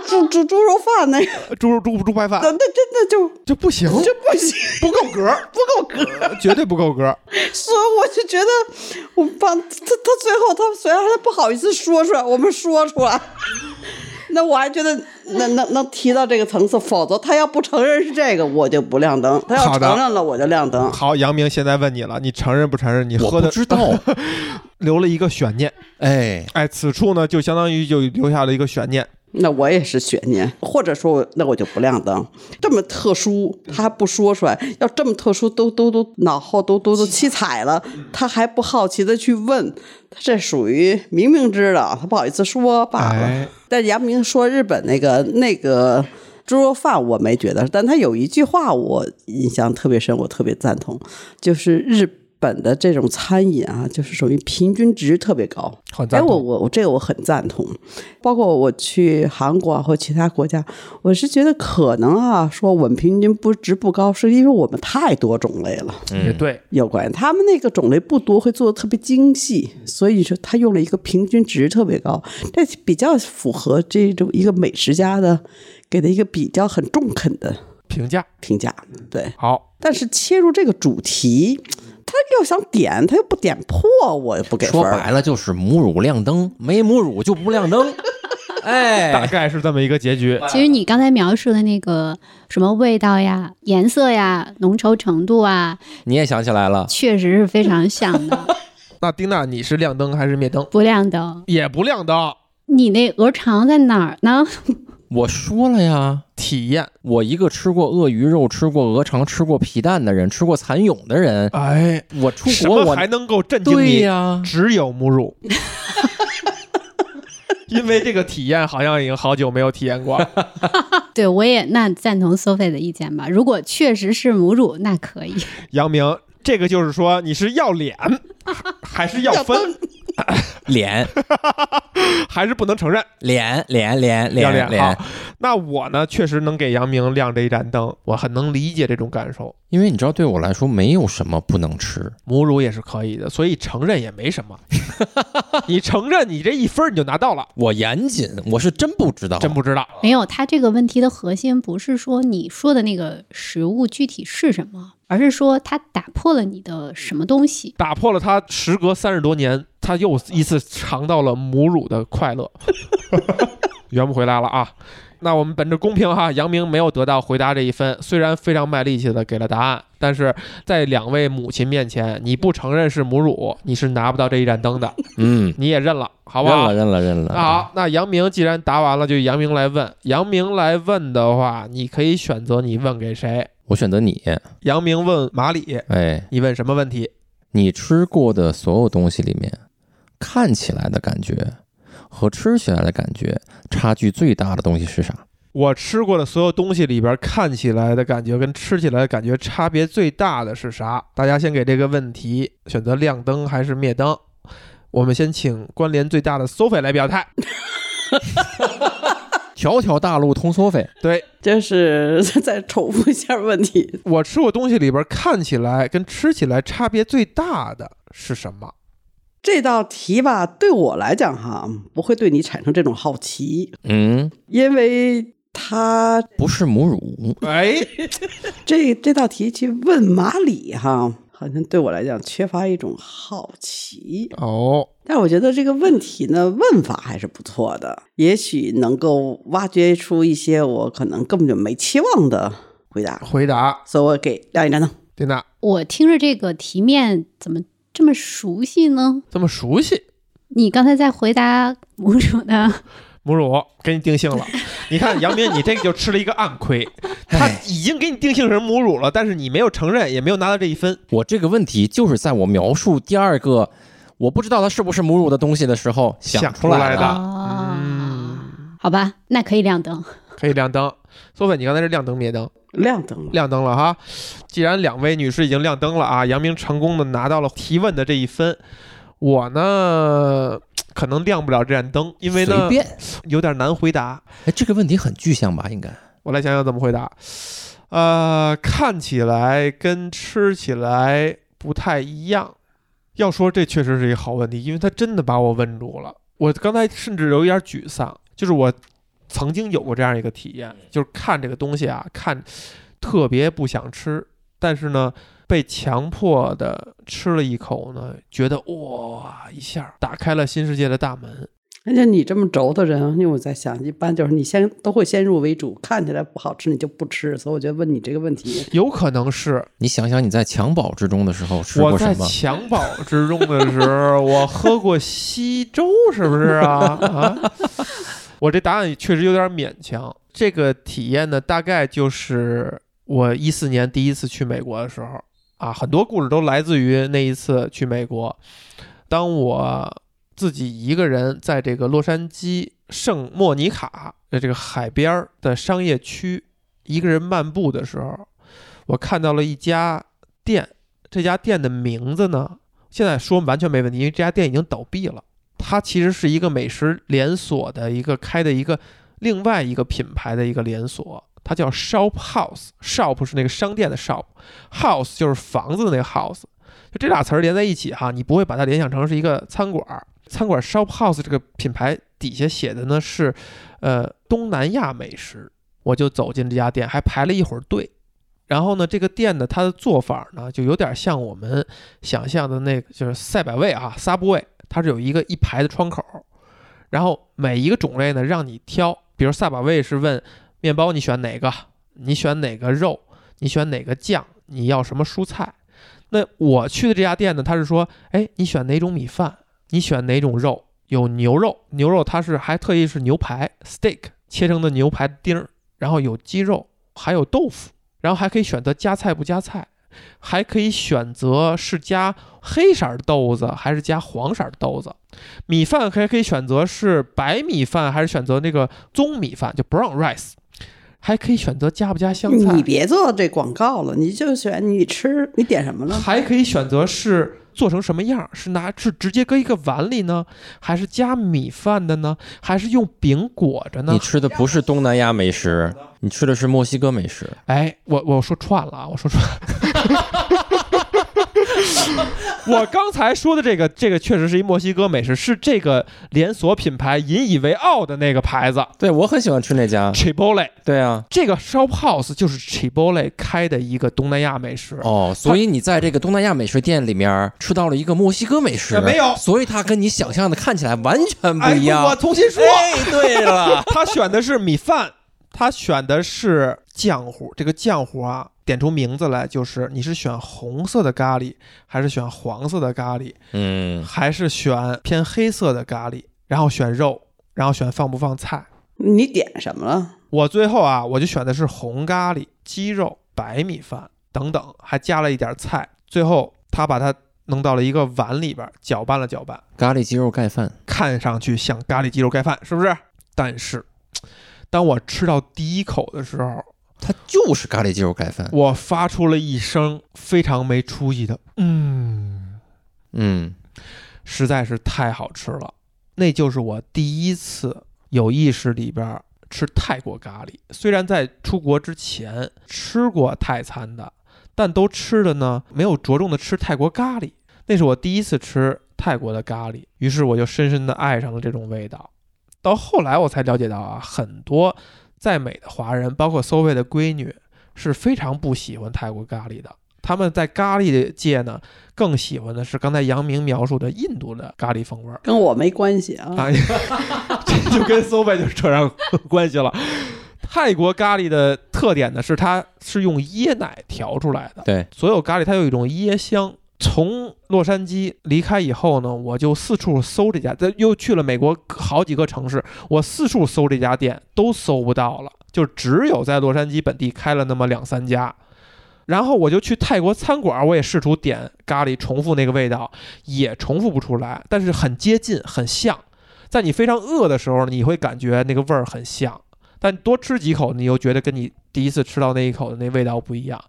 S5: 猪猪猪肉饭那个，
S1: 猪猪猪排饭
S5: 那那真的就
S1: 这不行，
S5: 就不行，
S1: 不够格儿，
S5: 不够格。
S1: 绝对不够格儿。
S5: 所以我就觉得，我把他他最后他虽然他不好意思说出来，我们说出来， <laughs> 那我还觉得能能能提到这个层次，否则他要不承认是这个，我就不亮灯；他要
S1: 好的
S5: 承认了，我就亮灯。
S1: 好，杨明现在问你了，你承认不承认？你
S2: 我
S1: 喝
S2: 不
S1: 的
S2: <laughs> 知道。
S1: 留了一个悬念，
S2: <laughs> 哎，
S1: 哎，此处呢就相当于就留下了一个悬念。
S5: 那我也是悬念，或者说我那我就不亮灯。这么特殊，他还不说出来，要这么特殊，都都都脑后都都都七彩了，他还不好奇的去问，他这属于明明知道，他不好意思说罢了。
S1: 哎
S5: 但杨明说日本那个那个猪肉饭我没觉得，但他有一句话我印象特别深，我特别赞同，就是日本的这种餐饮啊，就是属于平均值特别高。
S1: 很
S5: 哎，
S1: 赞
S5: 我
S1: 同。
S5: 我我这个我很赞同，包括我去韩国啊或其他国家，我是觉得可能啊，说我们平均不值不高，是因为我们太多种类了。
S1: 也对，
S5: 有关。他们那个种类不多，会做的特别精细，所以说他用了一个平均值特别高，这比较符合这种一个美食家的给的一个比较很中肯的
S1: 评价
S5: 评价。对，
S1: 好，
S5: 但是切入这个主题，他要想点，他又不点破，我也不给分
S2: 说
S5: 儿。
S2: 白了就是母乳亮灯，没母乳就不亮灯。
S1: 大
S2: <laughs> 哎，
S1: 概是这么一个结局。
S3: 其实你刚才描述的那个什么味道呀、颜色呀、浓稠程度啊，
S2: 你也想起来了，
S3: 确实是非常像的。 <laughs>
S1: 那丁娜，你是亮灯还是灭灯？
S3: 不亮灯，
S1: 也不亮灯，
S3: 你那鹅肠在哪儿呢？
S2: 我说了呀，
S1: 体验。
S2: 我一个吃过鳄鱼肉、吃过鹅肠、吃过皮蛋的人，吃过蚕蛹的人，
S1: 哎，
S2: <laughs> 我出
S1: 什
S2: 国
S1: 么
S2: 我
S1: 还能够震惊
S2: 对
S1: 你？
S2: 呀、
S1: 只有母 <laughs> 乳。因为这个体验好像已经好久没有体验过了。
S3: 对我也那赞同 Sophie 的意见吧。如果确实是母乳，那可以。
S1: 杨明，这个就是说你是要脸，还是要分，
S2: 脸
S1: 还是不能承认？
S2: 脸脸脸
S1: 要
S2: 脸
S1: 脸
S2: 脸
S1: 好，。那我呢，确实能给杨明亮这一盏灯，我很能理解这种感受。
S2: 因为你知道，对我来说没有什么不能吃。
S1: 母乳也是可以的，所以承认也没什么。 <laughs> 你承认你这一分儿你就拿到了，
S2: 我严谨，我是真不知道，
S1: 真不知道。
S3: 没有，它这个问题的核心不是说你说的那个食物具体是什么，而是说它打破了你的什么东西。
S1: 打破了他时隔三十多年，他又一次尝到了母乳的快
S2: <laughs>
S1: 乐，圆不回来了啊！那我们本着公平哈，杨明没有得到回答这一分，虽然非常卖力气的给了答案，但是在两位母亲面前，你不承认是母乳，你是拿不到这一盏灯
S2: <laughs>
S1: 的，
S2: 嗯，
S1: 你也认了，好不
S2: 认
S1: 好
S2: 了？认了认了。
S1: 那好，那杨明既然答完了，就杨明来问。杨明来问的话，你可以选择你问给谁。
S2: 我选择你。
S1: 杨明问马里，
S2: 哎，
S1: 你问什么问题？
S2: 你吃过的所有东西里面，看起来的感觉和吃起来的感觉差距最大的东西是啥？
S1: 我吃过的所有东西里边，看起来的感觉跟吃起来的感觉差别最大的是啥？大家先给这个问题选择亮灯还是灭灯。我们先请关联最大的 Sophie 来表态。
S2: 条条大路通缩匪，
S1: 对
S5: 这是再重复一下问题。 <laughs>
S1: 我吃过东西里边看起来跟吃起来差别最大的是什么？
S5: 这道题吧，对我来讲哈，不会对你产生这种好奇，
S2: 嗯，
S5: 因为它
S2: 不是母乳，
S1: 哎，
S5: 这这道题去问马里哈，好像对我来讲缺乏一种好奇。
S1: 哦，
S5: 但我觉得这个问题呢，问法还是不错的，也许能够挖掘出一些我可能根本就没期望的回答。
S1: 回答
S5: 所以我给亮一张灯，
S1: 对娜
S3: 我听着这个题面怎么这么熟悉呢？
S1: 这么熟悉。
S3: 你刚才在回答母乳的，
S1: 母乳给你定性了，你看杨明，你这个就吃了一个暗亏，他
S2: 哎
S1: 已经给你定性成母乳了，但是你没有承认，也没有拿到这一分。
S2: 我这个问题就是在我描述第二个我不知道它是不是母乳的东西的时候
S1: 想
S2: 出
S1: 出来
S2: 来
S1: 的
S2: 的。
S3: 哦好吧，那可以亮灯。
S1: 可以亮灯。苏菲，你刚才是亮灯灭灯？
S5: 亮灯了。
S1: 亮灯了哈。既然两位女士已经亮灯了啊，杨明成功的拿到了提问的这一分。我呢，可能亮不了这盏灯，因为
S2: 随
S1: 呢
S2: 便，
S1: 有点难回答。
S2: 哎，这个问题很具象吧？应该
S1: 我来想想怎么回答。呃，看起来跟吃起来不太一样。要说这确实是一个好问题，因为他真的把我问住了。我刚才甚至有一点沮丧，就是我曾经有过这样一个体验，就是看这个东西啊，看特别不想吃，但是呢，被强迫的吃了一口呢，觉得哇一下打开了新世界的大门。
S5: 而哎且你这么轴的人，啊因为我在想，一般就是你先都会先入为主，看起来不好吃你就不吃，所以我觉得问你这个问题，
S1: 有可能是
S2: 你想想你在襁褓之中的时候吃
S1: 我
S2: 过
S1: 在
S2: 什么？
S1: 襁褓之中的时候，我喝过稀粥，是不是啊？啊， <laughs> 我这答案确实有点勉强。这个体验呢，大概就是我一四年第一次去美国的时候啊，很多故事都来自于那一次去美国。当我自己一个人在这个洛杉矶圣莫尼卡的这个海边儿的商业区，一个人漫步的时候，我看到了一家店，这家店的名字呢，现在说完全没问题，因为这家店已经倒闭了。它其实是一个美食连锁的一个开的一个另外一个品牌的一个连锁，它叫 Shop House，Shop 是那个商店的 Shop，House 就是房子的那个 House，就这俩词儿连在一起哈，你不会把它联想成是一个餐馆儿。餐馆 Shop House 这个品牌底下写的呢是，呃，东南亚美食。我就走进这家店，还排了一会儿队。然后呢，这个店呢，它的做法呢，就有点像我们想象的那个，就是赛百味啊，Subway，它是有一个一排的窗口，然后每一个种类呢让你挑，比如赛百味是问面包你选哪个，你选哪个肉，你选哪个酱，你要什么蔬菜。那我去的这家店呢，它是说，哎，你选哪种米饭，你选哪种肉，有牛肉，牛肉它是还特意是牛排 steak 切成的牛排丁儿，然后有鸡肉，还有豆腐。然后还可以选择加菜不加菜，还可以选择是加黑色儿的豆子还是加黄色儿的豆子。米饭还可以选择是白米饭还是选择那个棕米饭，就 brown rice，还可以选择加不加香菜。
S5: 你别做这广告了，你就选你吃，你点什么了？
S1: 还可以选择是做成什么样儿？是拿是直接搁一个碗里呢，还是加米饭的呢？还是用饼裹着呢
S2: 你？吃的不是东南亚美食，你吃的是墨西哥美食。
S1: 哎，我我说串了啊，我说串。 <laughs> 我刚才说的这个，这个确实是一墨西哥美食，是这个连锁品牌引以为傲的那个牌子
S2: 对我很喜欢吃那家。
S1: Chipotle。
S2: 对啊，
S1: 这个 Shop House 就是 Chipotle 开的一个东南亚美食。
S2: 哦，所以你在这个东南亚美食店里面吃到了一个墨西哥美食，
S1: 呃没有
S2: 所以它跟你想象的看起来完全不一样。
S1: 哎我重新说。
S2: 哎，对 <laughs> 了，
S1: 他选的是米饭，他选的是浆糊。这个浆糊啊，点出名字来就是你是选红色的咖喱，还是选黄色的咖喱，
S2: 嗯，
S1: 还是选偏黑色的咖喱？然后选肉，然后选放不放菜。
S5: 你点什么了？
S1: 我最后啊，我就选的是红咖喱、鸡肉、白米饭等等，还加了一点菜。最后他把它弄到了一个碗里边，搅拌了搅拌。
S2: 咖喱鸡肉盖饭，
S1: 看上去像咖喱鸡肉盖饭，是不是？但是，当我吃到第一口的时候，
S2: 它就是咖喱鸡肉盖饭。
S1: 我发出了一声非常没出息的“嗯
S2: 嗯，”，
S1: 实在是太好吃了。那就是我第一次有意识里边吃泰国咖喱，虽然在出国之前吃过泰餐的，但都吃的呢没有着重的吃泰国咖喱。那是我第一次吃泰国的咖喱，于是我就深深的爱上了这种味道。到后来我才了解到啊，很多在美的华人，包括 s o v 的闺女，是非常不喜欢泰国咖喱的。他们在咖喱界呢，更喜欢的是刚才杨明描述的印度的咖喱风味儿。
S5: 跟我没关系啊。
S1: 啊， <laughs> 这就跟 so b 就扯上关系了。泰国咖喱的特点呢，是它是用椰奶调出来的，
S2: 对，
S1: 所有咖喱它有一种椰香。从洛杉矶离开以后呢，我就四处搜这家，在又去了美国好几个城市，我四处搜这家店都搜不到了，就只有在洛杉矶本地开了那么两三家。然后我就去泰国餐馆，我也试图点咖喱，重复那个味道，也重复不出来，但是很接近，很像。在你非常饿的时候，你会感觉那个味儿很像，但多吃几口，你又觉得跟你第一次吃到那一口的那味道不一样。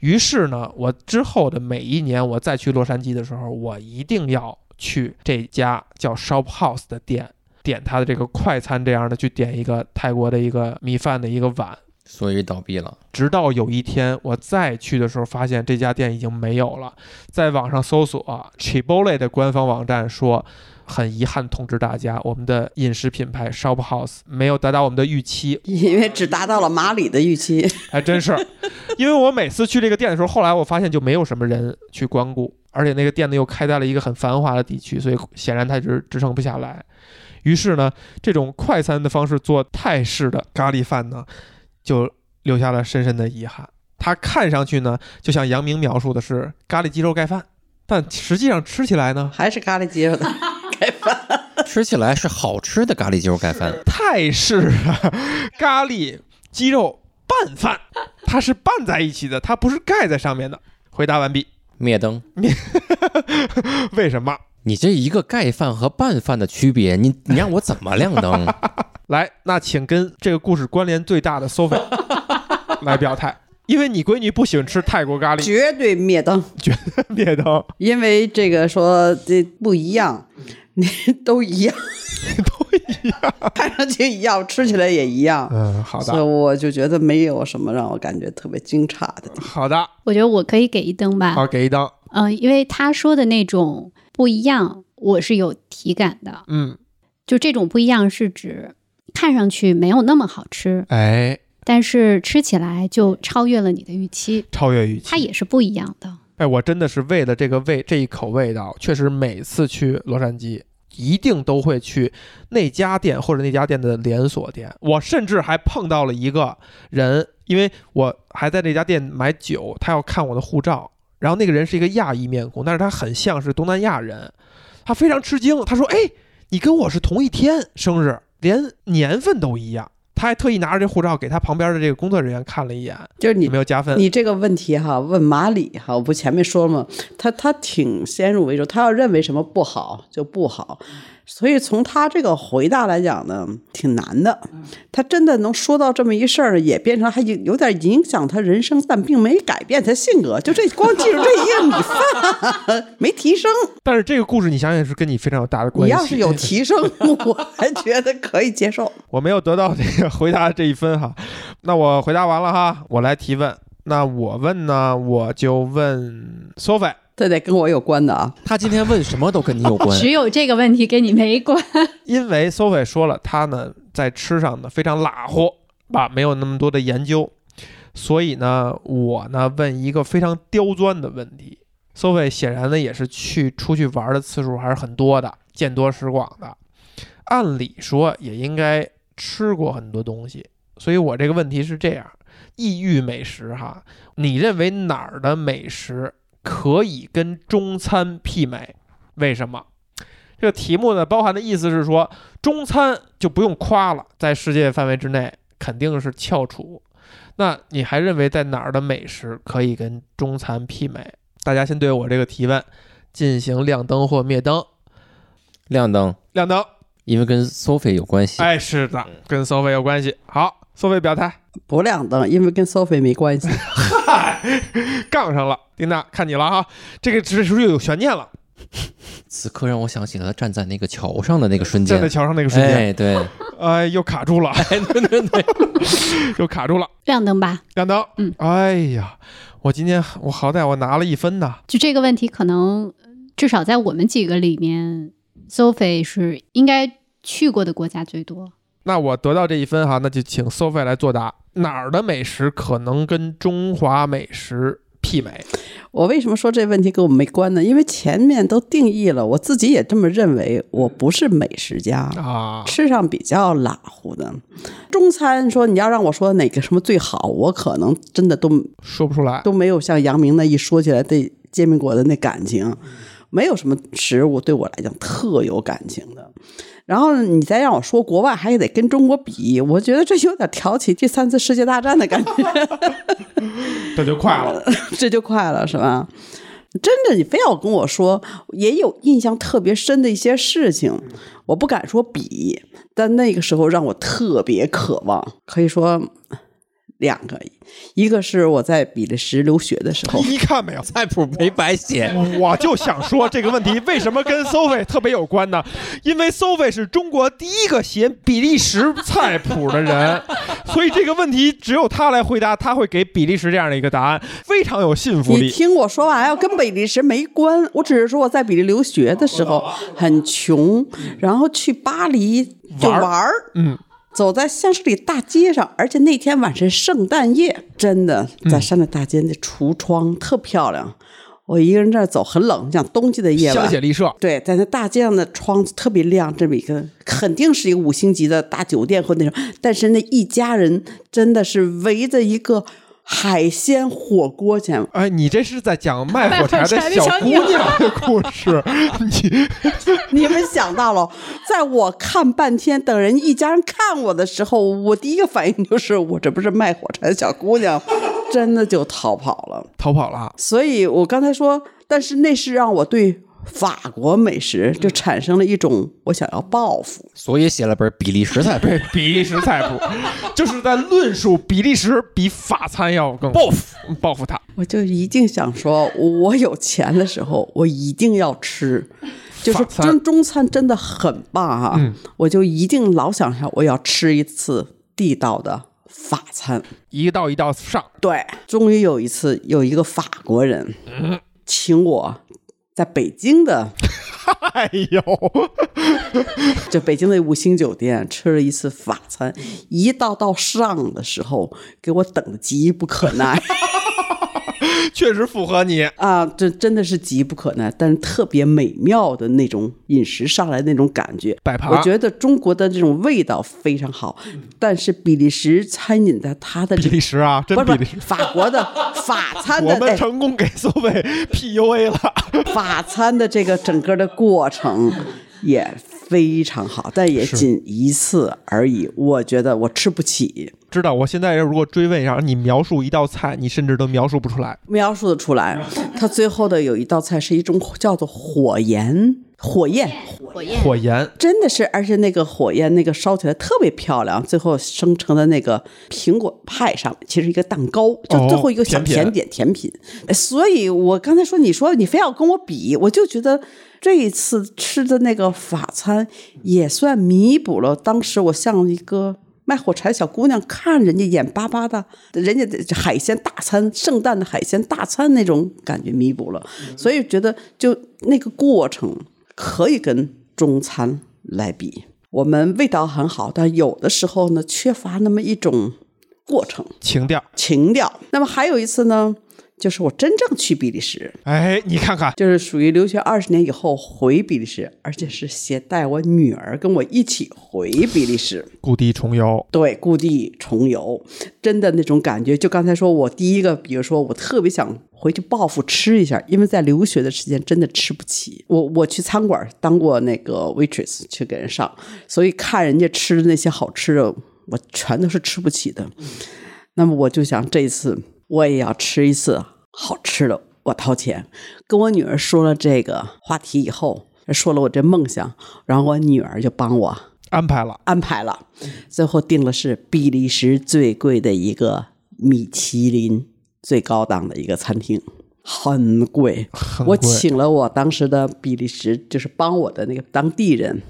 S1: 于是呢，我之后的每一年我再去洛杉矶的时候，我一定要去这家叫 Shop House 的店，点它的这个快餐这样的，去点一个泰国的一个米饭的一个碗。
S2: 所以倒闭了。
S1: 直到有一天我再去的时候，发现这家店已经没有了。在网上搜索、啊、Chipotle 的官方网站说，很遗憾通知大家，我们的饮食品牌 Shop House 没有达到我们的预期。
S5: 因为只达到了马里的预期，
S1: 还真是，因为我每次去这个店的时候，后来我发现就没有什么人去光顾，而且那个店呢又开在了一个很繁华的地区，所以显然它支支撑不下来。于是呢，这种快餐的方式做泰式的咖喱饭呢，就留下了深深的遗憾。它看上去呢，就像杨明描述的是咖喱鸡肉盖饭，但实际上吃起来呢，
S5: 还是咖喱鸡肉的盖饭。
S2: 吃起来是好吃的咖喱鸡肉盖饭，
S1: 泰式的咖喱鸡肉拌饭，它是拌在一起的，它不是盖在上面的。回答完毕。
S2: 灭灯。
S1: 为什么？
S2: 你这一个盖饭和拌饭的区别，你你让我怎么亮
S1: <laughs>
S2: 灯？
S1: 来，那请跟这个故事关联最大的 Sophie 来表态，因为你闺女不喜欢吃泰国咖
S5: <laughs>
S1: 喱，
S5: 绝对灭灯，
S1: 灭灯
S5: 因为这个说这不一样， <laughs> 你都一样，
S1: <laughs> 都一样。
S5: 看上去一样，吃起来也一样，
S1: 嗯，好
S5: 所以
S1: 的，
S5: 我就觉得没有什么让我感觉特别惊诧的地方。
S1: 好的，
S3: 我觉得我可以给一灯吧。
S1: 好，给一灯。
S3: 嗯、因为他说的那种不一样，我是有体感的。
S1: 嗯，
S3: 就这种不一样是指看上去没有那么好吃，
S1: 哎，
S3: 但是吃起来就超越了你的预期，
S1: 超越预
S3: 它
S1: 期。
S3: 也是不一样的。
S1: 哎，我真的是为了这个味这一口味道，确实每次去洛杉矶。一定都会去那家店或者那家店的连锁店。我甚至还碰到了一个人，因为我还在那家店买酒，他要看我的护照。然后那个人是一个亚裔面孔，但是他很像是东南亚人，他非常吃惊，他说：“哎，你跟我是同一天生日，连年份都一样。”他还特意拿着这护照给他旁边的这个工作人员看了一眼，
S5: 就是你
S1: 有没有加分？
S5: 你这个问题哈，问马里哈，我不前面说了吗？他他挺先入为主，他要认为什么不好就不好，所以从他这个回答来讲呢，挺难的。他真的能说到这么一事儿，也变成还有有点影响他人生，但并没改变他性格。就这光记住这一个米饭没提升，
S1: 但是这个故事你想想是跟你非常有大的关
S5: 你
S1: 系。哎
S5: 要是有提升，我还觉得可以接受。
S1: 我没有得到这个回答这一分哈。 <laughs> 那我回答完了哈，我来提问。那我问呢，我就问 Sophie，
S5: 这得跟我有关的啊。
S2: 他今天问什么都跟你有关，
S3: 只有这个问题跟你没关。
S1: 因为 Sophie 说了，她呢在吃上呢非常拉乎吧，没有那么多的研究，所以呢，我呢问一个非常刁钻的问题。Sophie 显然呢也是去出去玩的次数还是很多的，见多识广的，按理说也应该吃过很多东西，所以我这个问题是这样：异域美食哈，你认为哪儿的美食可以跟中餐媲美？为什么？这个题目呢，包含的意思是说，中餐就不用夸了，在世界范围之内肯定是翘楚。那你还认为在哪儿的美食可以跟中餐媲美？大家先对我这个提问进行亮灯或灭灯。
S2: 亮灯，
S1: 亮灯，
S2: 因为跟 Sophie 有关系。
S1: 哎，是的，跟 Sophie 有关系。好，Sophie 表态，
S5: 不亮灯，因为跟 Sophie 没关系。
S1: 杠上了。丁娜，看你了哈，这个这是不是又有悬念了？
S2: 此刻让我想起了他站在那个桥上的那个瞬间
S1: 站在，桥上那个瞬间，
S2: 嗯哎，对，
S1: 哎，又卡住了，
S2: 哎，对对对，
S1: <laughs> 又卡住了，
S3: <laughs> 亮灯吧。
S1: 亮灯。
S3: 嗯，
S1: 哎呀，我今天我好歹我拿了一分呐，
S3: 就这个问题，可能呃至少在我们几个里面，Sophie 是应该去过的国家最多。
S1: 那我得到这一分哈，那就请 Sophie 来作答，哪儿的美食可能跟中华美食媲美？
S5: 我为什么说这问题跟我没关呢？因为前面都定义了，我自己也这么认为，我不是美食家。
S1: 啊，
S5: 吃上比较拉乎的中餐，说你要让我说哪个什么最好，我可能真的都
S1: 说不出来。
S5: 都没有像杨明那一说起来对煎饼果子那感情，没有什么食物对我来讲特有感情的。然后你再让我说国外还得跟中国比，我觉得这有点挑起第三次世界大战的感觉。
S1: <laughs> 这就快了。
S5: <laughs> 这就快了，是吧？真的，你非要跟我说，也有印象特别深的一些事情，我不敢说比，但那个时候让我特别渴望，可以说两个，一个是我在比利时留学的时候，
S1: 一看没有，
S2: 菜谱没白写，
S1: 我就想说这个问题为什么跟 Sophie 特别有关呢？因为 Sophie 是中国第一个写比利时菜谱的
S5: <laughs>
S1: 人，所以这个问题只有他来回答，他会给比利时这样的一个答案，非常有信服
S5: 你
S1: 力。
S5: 听我说完，要跟比利时没关，我只是说我在比利留学的时候很穷，然后去巴黎就
S1: 玩儿
S5: 玩儿，
S1: 嗯，
S5: 走在香榭里大街上，而且那天晚上圣诞夜，真的
S1: 嗯
S5: 在香榭大街那橱窗特漂亮。我一个人在那儿走，很冷，像冬季的夜
S1: 香
S5: 晚。
S1: 榭丽舍，
S5: 对，在那大街上的窗子特别亮，这么一个肯定是一个五星级的大酒店或那种，但是那一家人真的是围着一个海鲜火锅前， <laughs>
S1: 哎，你这是在讲卖火柴的小姑娘的故事，你
S5: 你们想到了，在我看半天，等人一家人看我的时候，我第一个反应就是，我这不是卖火柴的小姑娘， <laughs> 真的就逃跑了。
S1: 逃跑了。啊
S5: 所以我刚才说，但是那是让我对法国美食就产生了一种我想要报复。
S2: 所以写了本比利时 <laughs> 菜谱，
S1: 对比利时菜谱， <laughs> 就是在论述比利时比法餐要更报复报复他。
S5: 我就一定想说，我有钱的时候，我一定要吃，就是
S1: 法餐
S5: 中中餐真的很棒啊！我就一定老想想，我要吃一次地道的法餐。
S1: 一道一道上， <laughs>
S5: 对，终于有一次有一个法国人请我在北京的
S1: 哎呦，
S5: 就北京的五星酒店吃了一次法餐，一道道上的时候，给我等的急不可耐
S1: 确实符合你。
S5: 啊！这真的是急不可耐，但是特别美妙的那种饮食上来那种感觉。
S1: 摆盘，嗯
S5: 我觉得中国的这种味道非常好，但是比利时餐饮的它的
S1: 比
S5: 这
S1: 利时啊，真
S5: 不
S1: 比
S5: 是
S1: 利
S5: 不
S1: 时
S5: 是。法国的法
S1: <laughs>
S5: 餐的
S1: 我们
S5: 哎
S1: 成功给苏 <laughs> 菲 PUA 了，
S5: 法餐的这个整个的过
S1: <laughs>
S5: 程也非常好，但也仅一次而已。我觉得我吃不起，
S1: 知道？我现在如果追问一下，你描述一道菜，你甚至都描述不出来。
S5: 描述的出来。它最后的有一道菜是一种叫做火焰，火焰。
S3: 火焰
S1: 火焰，
S5: 真的是，而且那个火焰那个烧起来特别漂亮，最后生成的那个苹果派上面其实一个蛋糕，就最后一个小
S1: 甜品
S5: 哦甜点甜品。呃所以我刚才说，你说你非要跟我比，我就觉得这一次吃的那个法餐也算弥补了当时我像一个。卖火柴的小姑娘看人家眼巴巴的，人家的海鲜大餐，圣诞的海鲜大餐那种感觉弥补了，所以觉得就那个过程可以跟中餐来比。我们味道很好，但有的时候呢，缺乏那么一种过程
S1: 情调。
S5: 情调。那么还有一次呢，就是我真正去比利时，
S1: 哎，你看看，
S5: 就是属于留学二十年以后回比利时，而且是携带我女儿跟我一起回比利时。
S1: 故地重游，
S5: 对，故地重游，真的那种感觉。就刚才说，我第一个，比如说，我特别想回去报复吃一下，因为在留学的时间真的吃不起。我我去餐馆当过那个 waitress 去给人上，所以看人家吃的那些好吃的，我全都是吃不起的。那么我就想，这一次我也要吃一次好吃的，我掏钱。跟我女儿说了这个话题以后，说了我这梦想，然后我女儿就帮我
S1: 安排了。
S5: 安排了，最后定了是比利时最贵的一个米其林最高档的一个餐厅，很贵。
S1: 很
S5: 我
S1: 贵
S5: 请了我当时的比利时，就是帮我的那个当地人，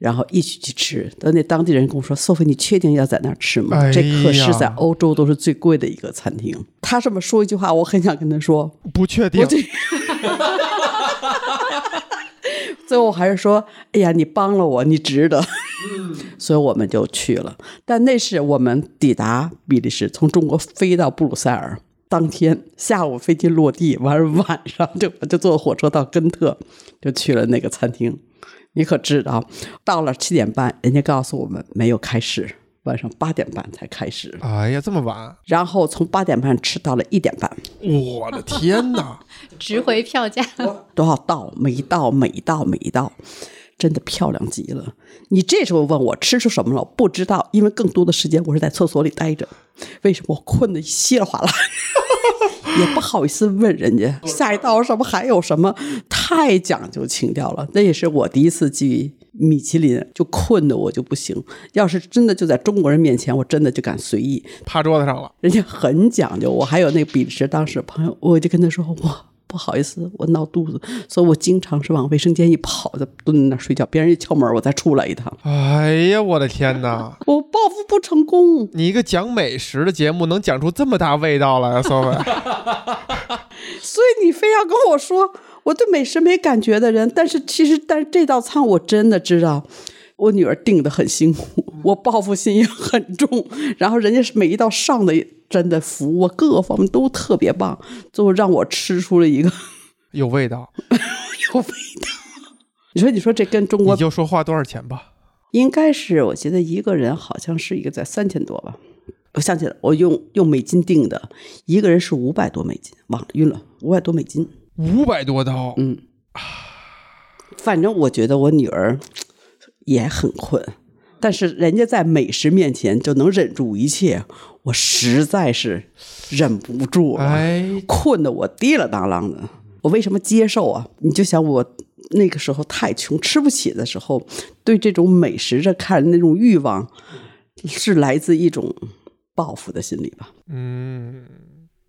S5: 然后一起去吃。但那当地人跟我说：“索菲，你确定要在那儿吃吗？
S1: 哎
S5: 这可是在
S1: 呀
S5: 欧洲都是最贵的一个餐厅。”他这么说一句话，我很想跟他说，
S1: 不确定，
S5: 最后还是说：“哎呀，你帮了我，你值得。” <laughs> 所以我们就去了。但那是我们抵达比利时，从中国飞到布鲁塞尔。当天下午飞机落地，完了晚上就我就坐火车到根特，就去了那个餐厅。你可知道，到了七点半，人家告诉我们没有开市，晚上八点半才开始。
S1: 哎呀，这么晚，
S5: 然后从八点半吃到了一点半，
S1: 我的天哪！
S3: 值回票价。
S5: 多少道，每一道每一道每一道，真的漂亮极了。你这时候问我吃出什么了，我不知道，因为更多的时间我是在厕所里待着。为什么我困得稀里哗啦？ <laughs> 也不好意思问人家下一道什么还有什么，太讲究情调了。那也是我第一次去米其林，就困得我就不行。要是真的就在中国人面前，我真的就敢随意。
S1: 趴桌子上了，
S5: 人家很讲究。我还有那比利时当时朋友，我就跟他说，我不好意思，我闹肚子，所以我经常是往卫生间一跑，就蹲在那儿睡觉。别人一敲门，我再出来一趟，
S1: 哎呀，我的天哪！
S5: 我报复不成功。
S1: 你一个讲美食的节目能讲出这么大味道来啊，骚伟？
S5: 所以你非要跟我说我对美食没感觉的人，但是其实，但是这道餐我真的知道。我女儿订的很辛苦，我报复心也很重，然后人家是每一道上的也真的服务啊，各个方面都特别棒，最后让我吃出了一个
S1: 有味道，
S5: <laughs> 有味道。你说，你说这跟中国
S1: 你就说花多少钱吧。
S5: 应该是我觉得一个人好像是一个在三千多吧，我想起来，我用用美金定的，一个人是五百多美金，忘了晕了，五百多美金。
S1: 五百多刀，
S5: 嗯，反正我觉得我女儿也很困，但是人家在美食面前就能忍住一切，我实在是忍不住了，
S1: 哎
S5: 困得我滴了当啷的。我为什么接受啊？你就想我那个时候太穷，吃不起的时候，对这种美食这看的那种欲望，是来自一种报复的心理吧。
S1: 嗯，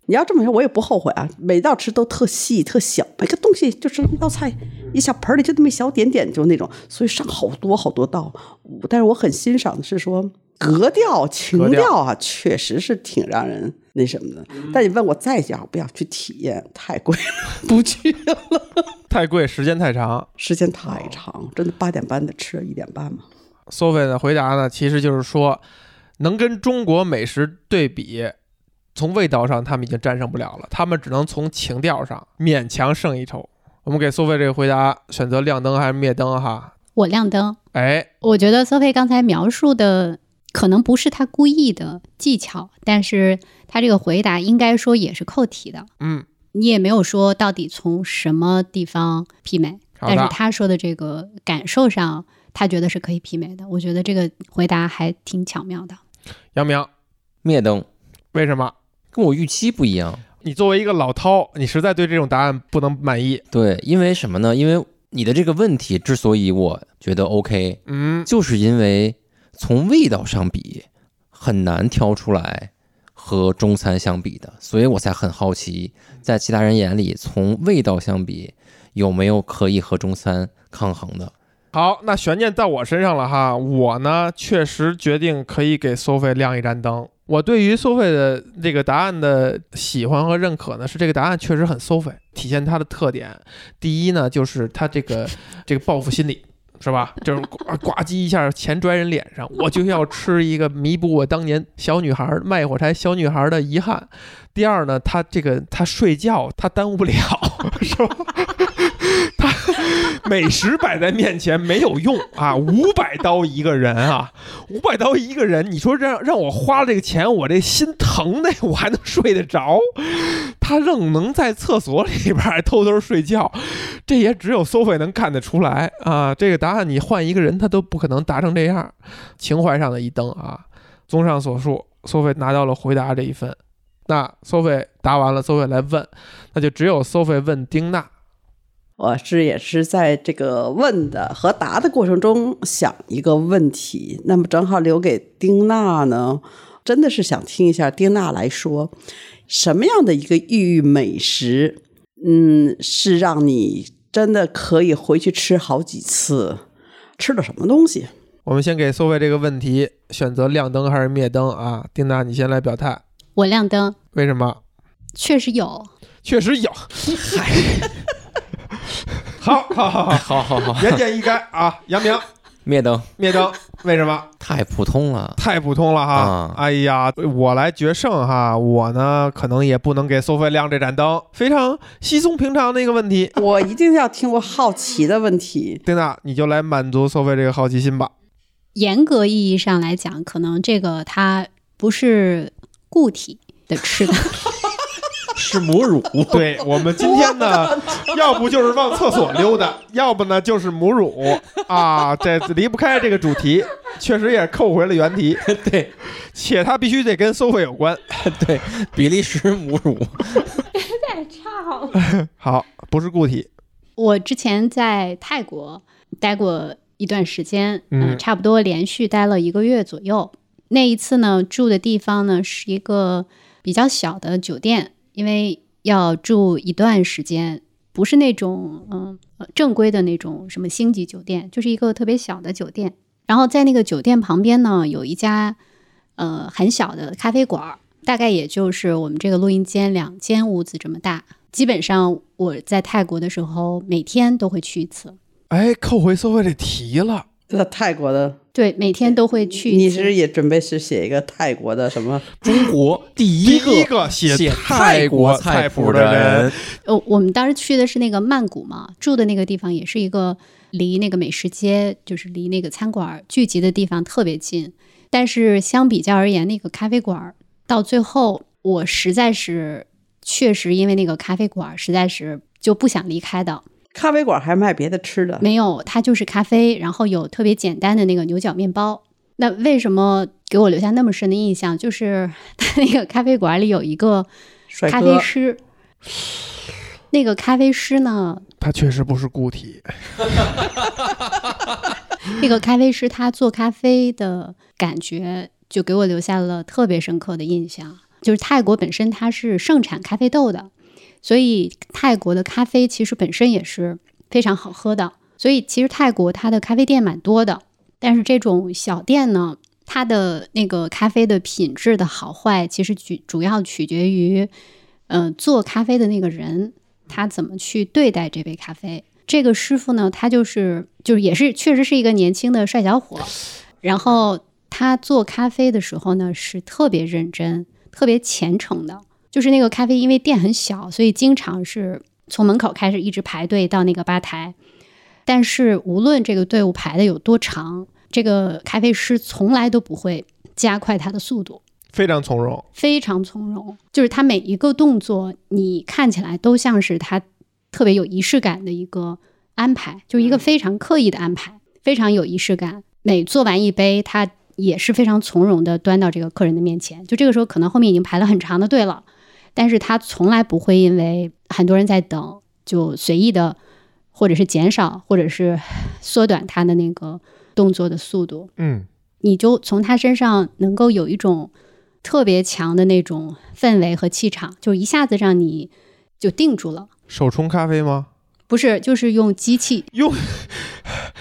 S5: 你要这么说，我也不后悔啊。每道吃都特细特小，每个东西就是一道菜，一小盆儿里就那么一小点点，就那种，所以上好多好多道。我但是我很欣赏的是说，格调情调嗯啊，确实是挺让人那什么的。但你问我再想不想去体验，太贵了， <laughs> 不去了，
S1: 太贵，时间太长。
S5: 时间太长，真的八点半的吃了一点半嘛。
S1: Sophie 的回答呢，其实就是说，能跟中国美食对比，从味道上他们已经沾上不了了，他们只能从情调上勉强胜一筹。我们给 Sophie 这个回答选择亮灯还是灭灯哈？
S3: 我亮灯，
S1: 哎，
S3: 我觉得 Sophie 刚才描述的可能不是他故意的技巧，但是他这个回答应该说也是扣题的。
S1: 嗯，
S3: 你也没有说到底从什么地方媲美，
S1: 好的
S3: 但是他说的这个感受上，他觉得是可以媲美的。我觉得这个回答还挺巧妙的。
S1: 杨明，
S2: 灭灯
S1: 为什么？
S2: 跟我预期不一样。
S1: 你作为一个老饕，你实在对这种答案不能满意。
S2: 对，因为什么呢？因为你的这个问题之所以我觉得 OK，
S1: 嗯，
S2: 就是因为从味道上比很难挑出来和中餐相比的，所以我才很好奇，在其他人眼里，从味道相比有没有可以和中餐抗衡的？
S1: 好，那悬念在我身上了哈。我呢，确实决定可以给 Sophie 亮一盏灯。我对于 Sophie 的这个答案的喜欢和认可呢，是这个答案确实很 Sophie，体现它的特点。第一呢，就是他这个这个报复心理。是吧？就是呱呱唧一下钱拽人脸上，我就要吃一个弥补我当年小女孩卖火柴小女孩的遗憾。第二呢，他这个他睡觉他耽误不了， <laughs> 是吧？美食摆在面前没有用啊，五百刀一个人啊，五百刀一个人，你说让让我花这个钱，我这心疼的，我还能睡得着？他愣能在厕所里边儿偷偷睡觉，这也只有 Sophie 能看得出来啊。这个答案你换一个人，他都不可能达成这样。情怀上的一蹬啊。综上所述，Sophie 拿到了回答这一分。那 Sophie 答完了，Sophie 来问，那就只有 Sophie 问丁娜。
S5: 我是也是在这个问的和答的过程中想一个问题，那么正好留给丁娜呢，真的是想听一下丁娜来说，什么样的一个异域美食嗯，是让你真的可以回去吃好几次。吃的什么东西？ <laughs>
S1: 我们先给苏卫这个问题选择亮灯还是灭灯啊？丁娜，你先来表态，
S3: 我亮灯，
S1: 为什么？
S3: 确实有，
S1: 确实有，嗨，好好好 <laughs> 好，
S2: 好好好，
S1: 言简意赅啊！杨明
S2: 灭灯
S1: 灭灯，为什么？
S2: 太普通了。
S1: 太普通了哈！
S2: 啊
S1: 哎呀，我来决胜哈，我呢可能也不能给苏菲亮这盏灯，非常稀松平常的一个问题。
S5: 我一定要听我好奇的问题。
S1: 丁娜，你就来满足苏菲这个好奇心吧。
S3: 严格意义上来讲，可能这个它不是固体的吃的，
S2: 是母乳，
S1: <laughs> 对我们今天
S2: <laughs>
S1: 呢，要不就是往厕所溜达，要不呢就是母乳啊，这离不开这个主题，确实也扣回了原题，
S2: <laughs> 对
S1: 且它必须得跟收费有关。
S2: 对， <laughs> 比利时母乳，
S3: 太差了。
S1: 好，不是固体，
S3: 我之前在泰国待过一段时间，
S1: 嗯
S3: 呃差不多连续待了一个月左右。那一次呢，住的地方呢是一个比较小的酒店，因为要住一段时间，不是那种嗯、呃正规的那种什么星级酒店，就是一个特别小的酒店。然后在那个酒店旁边呢，有一家呃很小的咖啡馆儿，大概也就是我们这个录音间两间屋子这么大。基本上我在泰国的时候，每天都会去一次。
S1: 哎，扣回收费这题了。
S5: 这泰国的，
S3: 对，每天都会去
S5: 你
S3: 一
S5: 是
S3: 次。
S5: 也准备是写一个泰国的什么？
S2: 中国第
S1: 第
S2: 一
S1: 一
S2: 个
S1: 个写
S2: 写
S1: 泰
S2: 国
S1: 菜
S2: 谱
S1: 的
S2: 人，，
S3: 呃，我们当时去的是那个曼谷嘛，住的那个地方也是一个离那个美食街，就是离那个餐馆聚集的地方特别近。但是相比较而言，那个咖啡馆儿到最后，我实在是确实因为那个咖啡馆儿实在是就不想离开的。
S5: 咖啡馆还卖别的吃的？
S3: 没有，它就是咖啡，然后有特别简单的那个牛角面包。那为什么给我留下那么深的印象？就是 <laughs> 它那个咖啡馆里有一个
S5: 帅
S3: 咖啡
S5: 哥，
S3: 师，那个咖啡师呢，
S1: 它确实不是固体，
S3: 那个咖啡师他做咖啡的感觉，就给我留下了特别深刻的印象。就是泰国本身它是盛产咖啡豆的，所以泰国的咖啡其实本身也是非常好喝的。所以其实泰国它的咖啡店蛮多的，但是这种小店呢，它的那个咖啡的品质的好坏，其实主主要取决于，呃，做咖啡的那个人他怎么去对待这杯咖啡。这个师傅呢，他就是就是也是确实是一个年轻的帅小伙，然后他做咖啡的时候呢，是特别认真、特别虔诚的。就是那个咖啡，因为店很小，所以经常是从门口开始一直排队到那个吧台。但是无论这个队伍排的有多长，这个咖啡师从来都不会加快他的速度，
S1: 非常从容。
S3: 非常从容。就是他每一个动作，你看起来都像是他特别有仪式感的一个安排，就是一个非常刻意的安排，非常有仪式感。每做完一杯，他也是非常从容的端到这个客人的面前。就这个时候，可能后面已经排了很长的队了，但是他从来不会因为很多人在等就随意的，或者是减少，或者是 <sighs> 缩短他的那个动作的速度。
S1: 嗯，
S3: 你就从他身上能够有一种特别强的那种氛围和气场，就一下子让你就定住了。
S1: 手冲咖啡吗？
S3: 不是，就是用机器
S1: 用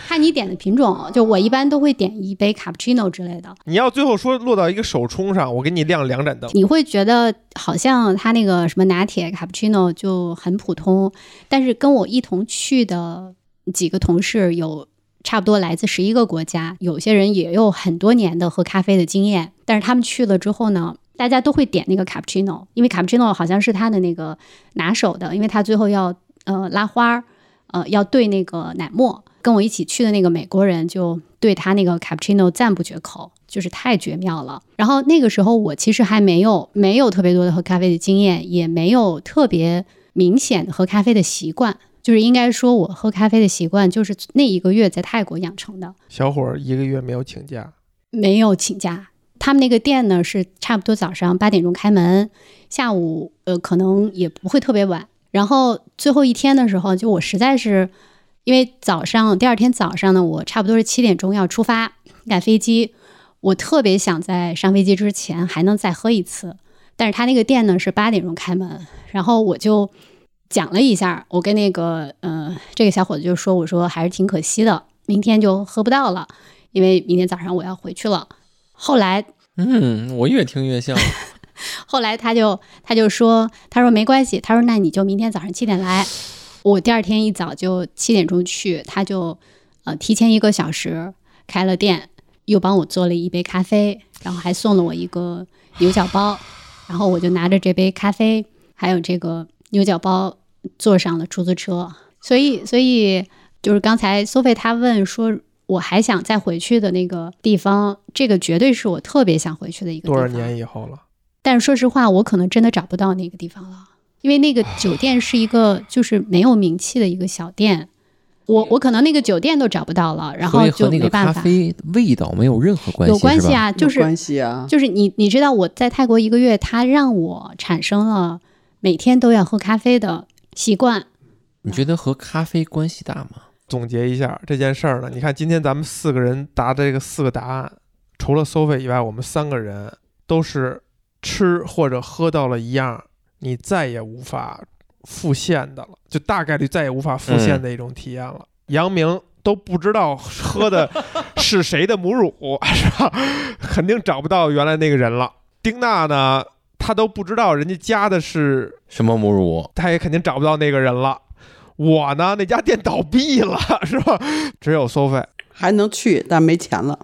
S3: 看你点的品种，就我一般都会点一杯卡布奇诺之类的。
S1: 你要最后说落到一个手冲上，我给你亮两盏灯。
S3: 你会觉得好像他那个什么拿铁、卡布奇诺就很普通，但是跟我一同去的几个同事有差不多来自十一个国家，有些人也有很多年的喝咖啡的经验，但是他们去了之后呢，大家都会点那个卡布奇诺，因为卡布奇诺好像是他的那个拿手的，因为他最后要呃拉花儿，呃要兑那个奶沫。跟我一起去的那个美国人就对他那个 cappuccino 赞不绝口，就是太绝妙了。然后那个时候我其实还没有没有特别多的喝咖啡的经验，也没有特别明显的喝咖啡的习惯，就是应该说我喝咖啡的习惯就是那一个月在泰国养成的，
S1: 小伙儿一个月没有请假，
S3: 没有请假。他们那个店呢是差不多早上八点钟开门，下午呃可能也不会特别晚。然后最后一天呃的时候，就我实在是因为早上第二天早上呢，我差不多是七点钟要出发赶飞机，我特别想在上飞机之前还能再喝一次。但是他那个店呢是八点钟开门，然后我就讲了一下，我跟那个呃这个小伙子就说，我说还是挺可惜的，明天就喝不到了，因为明天早上我要回去了。后来
S2: 嗯，我越听越像。
S3: 后来他就他就说，他说没关系，他说那你就明天早上七点来，我第二天一早就七点钟去，他就呃提前一个小时开了店，又帮我做了一杯咖啡，然后还送了我一个牛角包，然后我就拿着这杯咖啡还有这个牛角包坐上了出租车，所以所以就是刚才苏菲他问说。我还想再回去的那个地方，这个绝对是我特别想回去的一个地
S1: 多
S3: 方。
S1: 少年以后了？
S3: 但是说实话，我可能真的找不到那个地方了，因为那个酒店是一个就是没有名气的一个小店，我我可能那个酒店都找不到了， <laughs> 然
S2: 所
S3: 后
S2: 以和
S3: 就
S2: 那
S3: 没
S2: 个
S3: 办
S2: 咖
S3: 法。
S2: 啡味道没有任何关系，
S3: 有关
S2: 是
S3: 系
S2: 吧？
S3: 啊，就
S5: 有
S3: 是
S5: 关系啊，
S3: 就是你你知道我在泰国一个月，它让我产生了每天都要喝咖啡的习惯。
S2: 你觉得和咖啡关系大吗？
S1: 总结一下这件事儿呢，你看今天咱们四个人答这个四个答案，除了 Sophie 以外，我们三个人都是吃或者喝到了一样你再也无法复现的了，就大概率再也无法复现的一种体验了。杨明都不知道喝的是谁的母乳， <laughs> 是吧？肯定找不到原来那个人了。丁娜呢，她都不知道人家加的是
S2: 什么母乳？
S1: 他也肯定找不到那个人了。我呢，那家店倒闭了， <laughs> 是吧？只有收费，
S5: 还能去，但没钱了。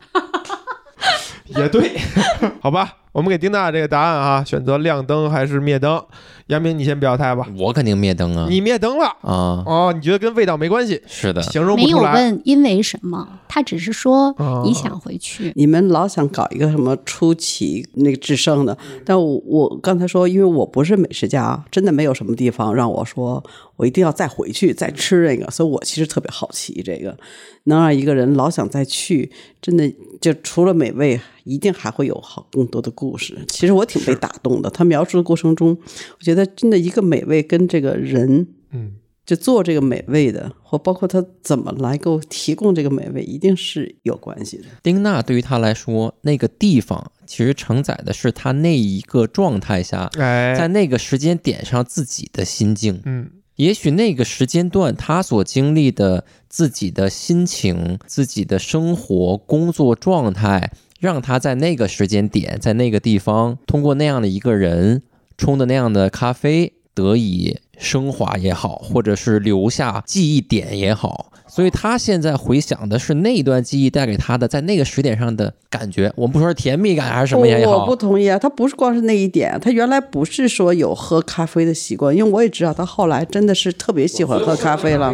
S1: 也对， <laughs> 好吧。我们给丁娜这个答案啊，选择亮灯还是灭灯？杨明，你先表态吧。
S2: 我肯定灭灯啊！
S1: 你灭灯了
S2: 啊，
S1: 哦，你觉得跟味道没关系，
S2: 是的，
S1: 形容
S3: 没
S1: 不
S3: 有
S1: 出来。
S3: 问因为什么，他只是说
S1: 哦
S3: 你想回去。
S5: <laughs> 你们老想搞一个什么出奇那个制胜的，但我我刚才说，因为我不是美食家，真的没有什么地方让我说我一定要再回去再吃那个，所以我其实特别好奇这个，能让一个人老想再去，真的就除了美味，一定还会有好更多的故事。其实我挺被打动的，他描述的过程中，我觉得真的一个美味跟这个人
S1: 嗯，
S5: 就做这个美味的，或包括他怎么来给我提供这个美味，一定是有关系的。
S2: 丁娜对于她来说，那个地方其实承载的是她那一个状态下，在
S1: 哎，
S2: 那个时间点上自己的心境。
S1: 嗯，
S2: 也许那个时间段她所经历的自己的心情、自己的生活、工作状态，让她在那个时间点、在那个地方，通过那样的一个人冲的那样的咖啡，得以升华也好，或者是留下记忆点也好。所以她现在回想的是那一段记忆带给她的，在那个时点上的感觉。我们不说是甜蜜感还是什么也
S5: 我
S2: 好，
S5: 不同意啊，他不是光是那一点，他原来不是说有喝咖啡的习惯，因为我也知道他后来真的是特别喜欢喝咖啡了。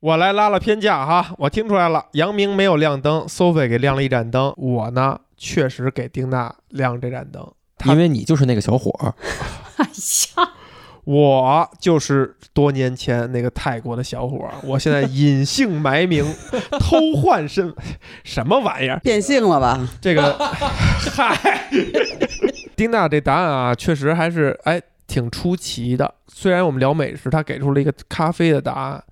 S1: 我来拉拉偏架哈，我听出来了，杨明没有亮灯，Sophie 给亮了一盏灯，我呢确实给丁娜亮这盏灯，他
S2: 因为你就是那个小伙儿。
S3: 哎呀，
S1: 我就是多年前那个泰国的小伙儿，我现在隐姓埋名，偷换身，什么玩意儿？
S5: 变性了吧？
S1: 这个，嗨，丁娜这答案啊，确实还是哎挺出奇的。虽然我们聊美食，他给出了一个咖啡的答案，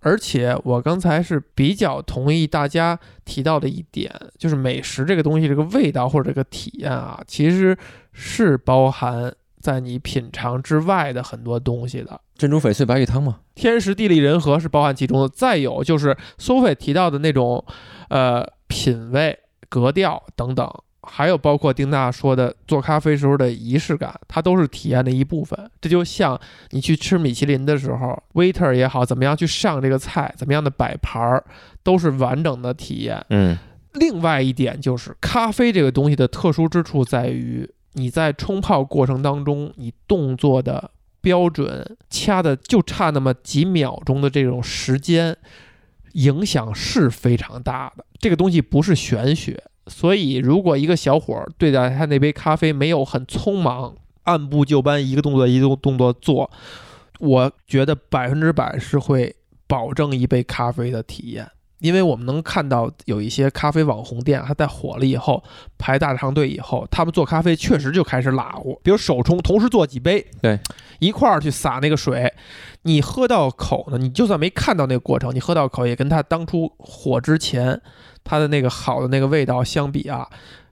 S1: 而且我刚才是比较同意大家提到的一点，就是美食这个东西，这个味道或者这个体验啊，其实是包含在你品尝之外的很多东西的。
S2: 珍珠翡翠白玉汤嘛，
S1: 天时地利人和是包含其中的。再有就是苏菲提到的那种，呃，品味、格调等等，还有包括丁娜说的做咖啡时候的仪式感，它都是体验的一部分。这就像你去吃米其林的时候，waiter 也好，怎么样去上这个菜，怎么样的摆盘儿，都是完整的体验。
S2: 嗯，
S1: 另外一点就是，咖啡这个东西的特殊之处在于，你在冲泡过程当中，你动作的标准掐的就差那么几秒钟的这种时间，影响是非常大的。这个东西不是玄学，所以如果一个小伙儿对待他那杯咖啡没有很匆忙，按部就班，一个动作一个动作做，我觉得百分之百是会保证一杯咖啡的体验。因为我们能看到有一些咖啡网红店，它在火了以后排大长队以后，他们做咖啡确实就开始拉乎，比如手冲，同时做几杯，
S2: 对，
S1: 一块儿去撒那个水，你喝到口呢，你就算没看到那个过程，你喝到口也跟它当初火之前它的那个好的那个味道相比啊，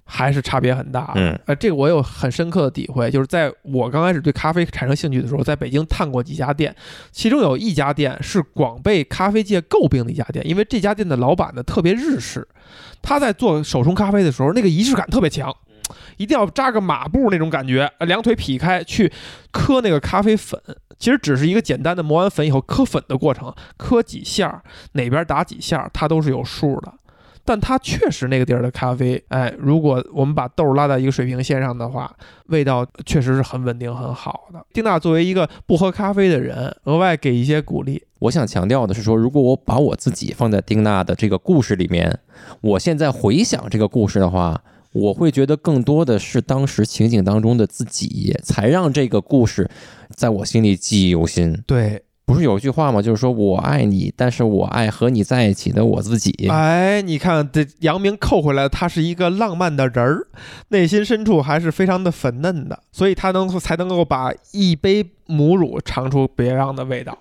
S1: 还是差别很大的。
S2: 嗯
S1: 呃，这个我有很深刻的体会，就是在我刚开始对咖啡产生兴趣的时候，在北京探过几家店，其中有一家店是广被咖啡界诟病的一家店，因为这家店的老板呢特别日式，他在做手冲咖啡的时候，那个仪式感特别强。一定要扎个马步那种感觉，呃两腿劈开去磕那个咖啡粉，其实只是一个简单的磨完粉以后磕粉的过程，磕几下儿，哪边打几下儿，它都是有数的。但它确实那个地儿的咖啡，哎，如果我们把豆儿拉到一个水平线上的话，味道确实是很稳定、很好的。丁娜作为一个不喝咖啡的人，额外给一些鼓励，
S2: 我想强调的是说，如果我把我自己放在丁娜的这个故事里面，我现在回想这个故事的话，我会觉得更多的是当时情景当中的自己，才让这个故事在我心里记忆犹新。
S1: 对，
S2: 不是有一句话吗？就是说我爱你，但是我爱和你在一起的我自己。
S1: 哎，你看这杨明扣回来，他是一个浪漫的人儿，内心深处还是非常的粉嫩的，所以他能才能够把一杯母乳尝出别样的味道。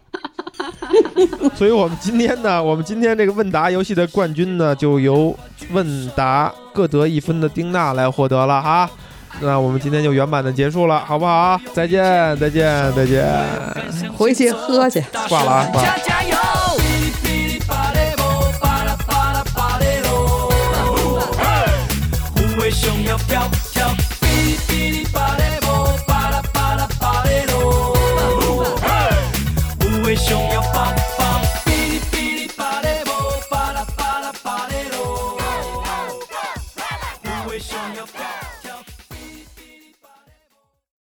S1: 所以我们今天呢，我们今天这个问答游戏的冠军呢，就由问答各得一分的丁娜来获得了哈。那我们今天就圆满的结束了，好不好？再见，再见，再见。
S5: 回去喝去。
S1: 挂了啊挂了
S4: 加加油！虎尾熊要飘飘，哔哩哔哩巴雷波，巴拉巴拉巴雷罗。虎尾熊要抱抱，哔哩哔哩巴雷波，巴拉巴拉巴雷罗。虎尾熊要飘。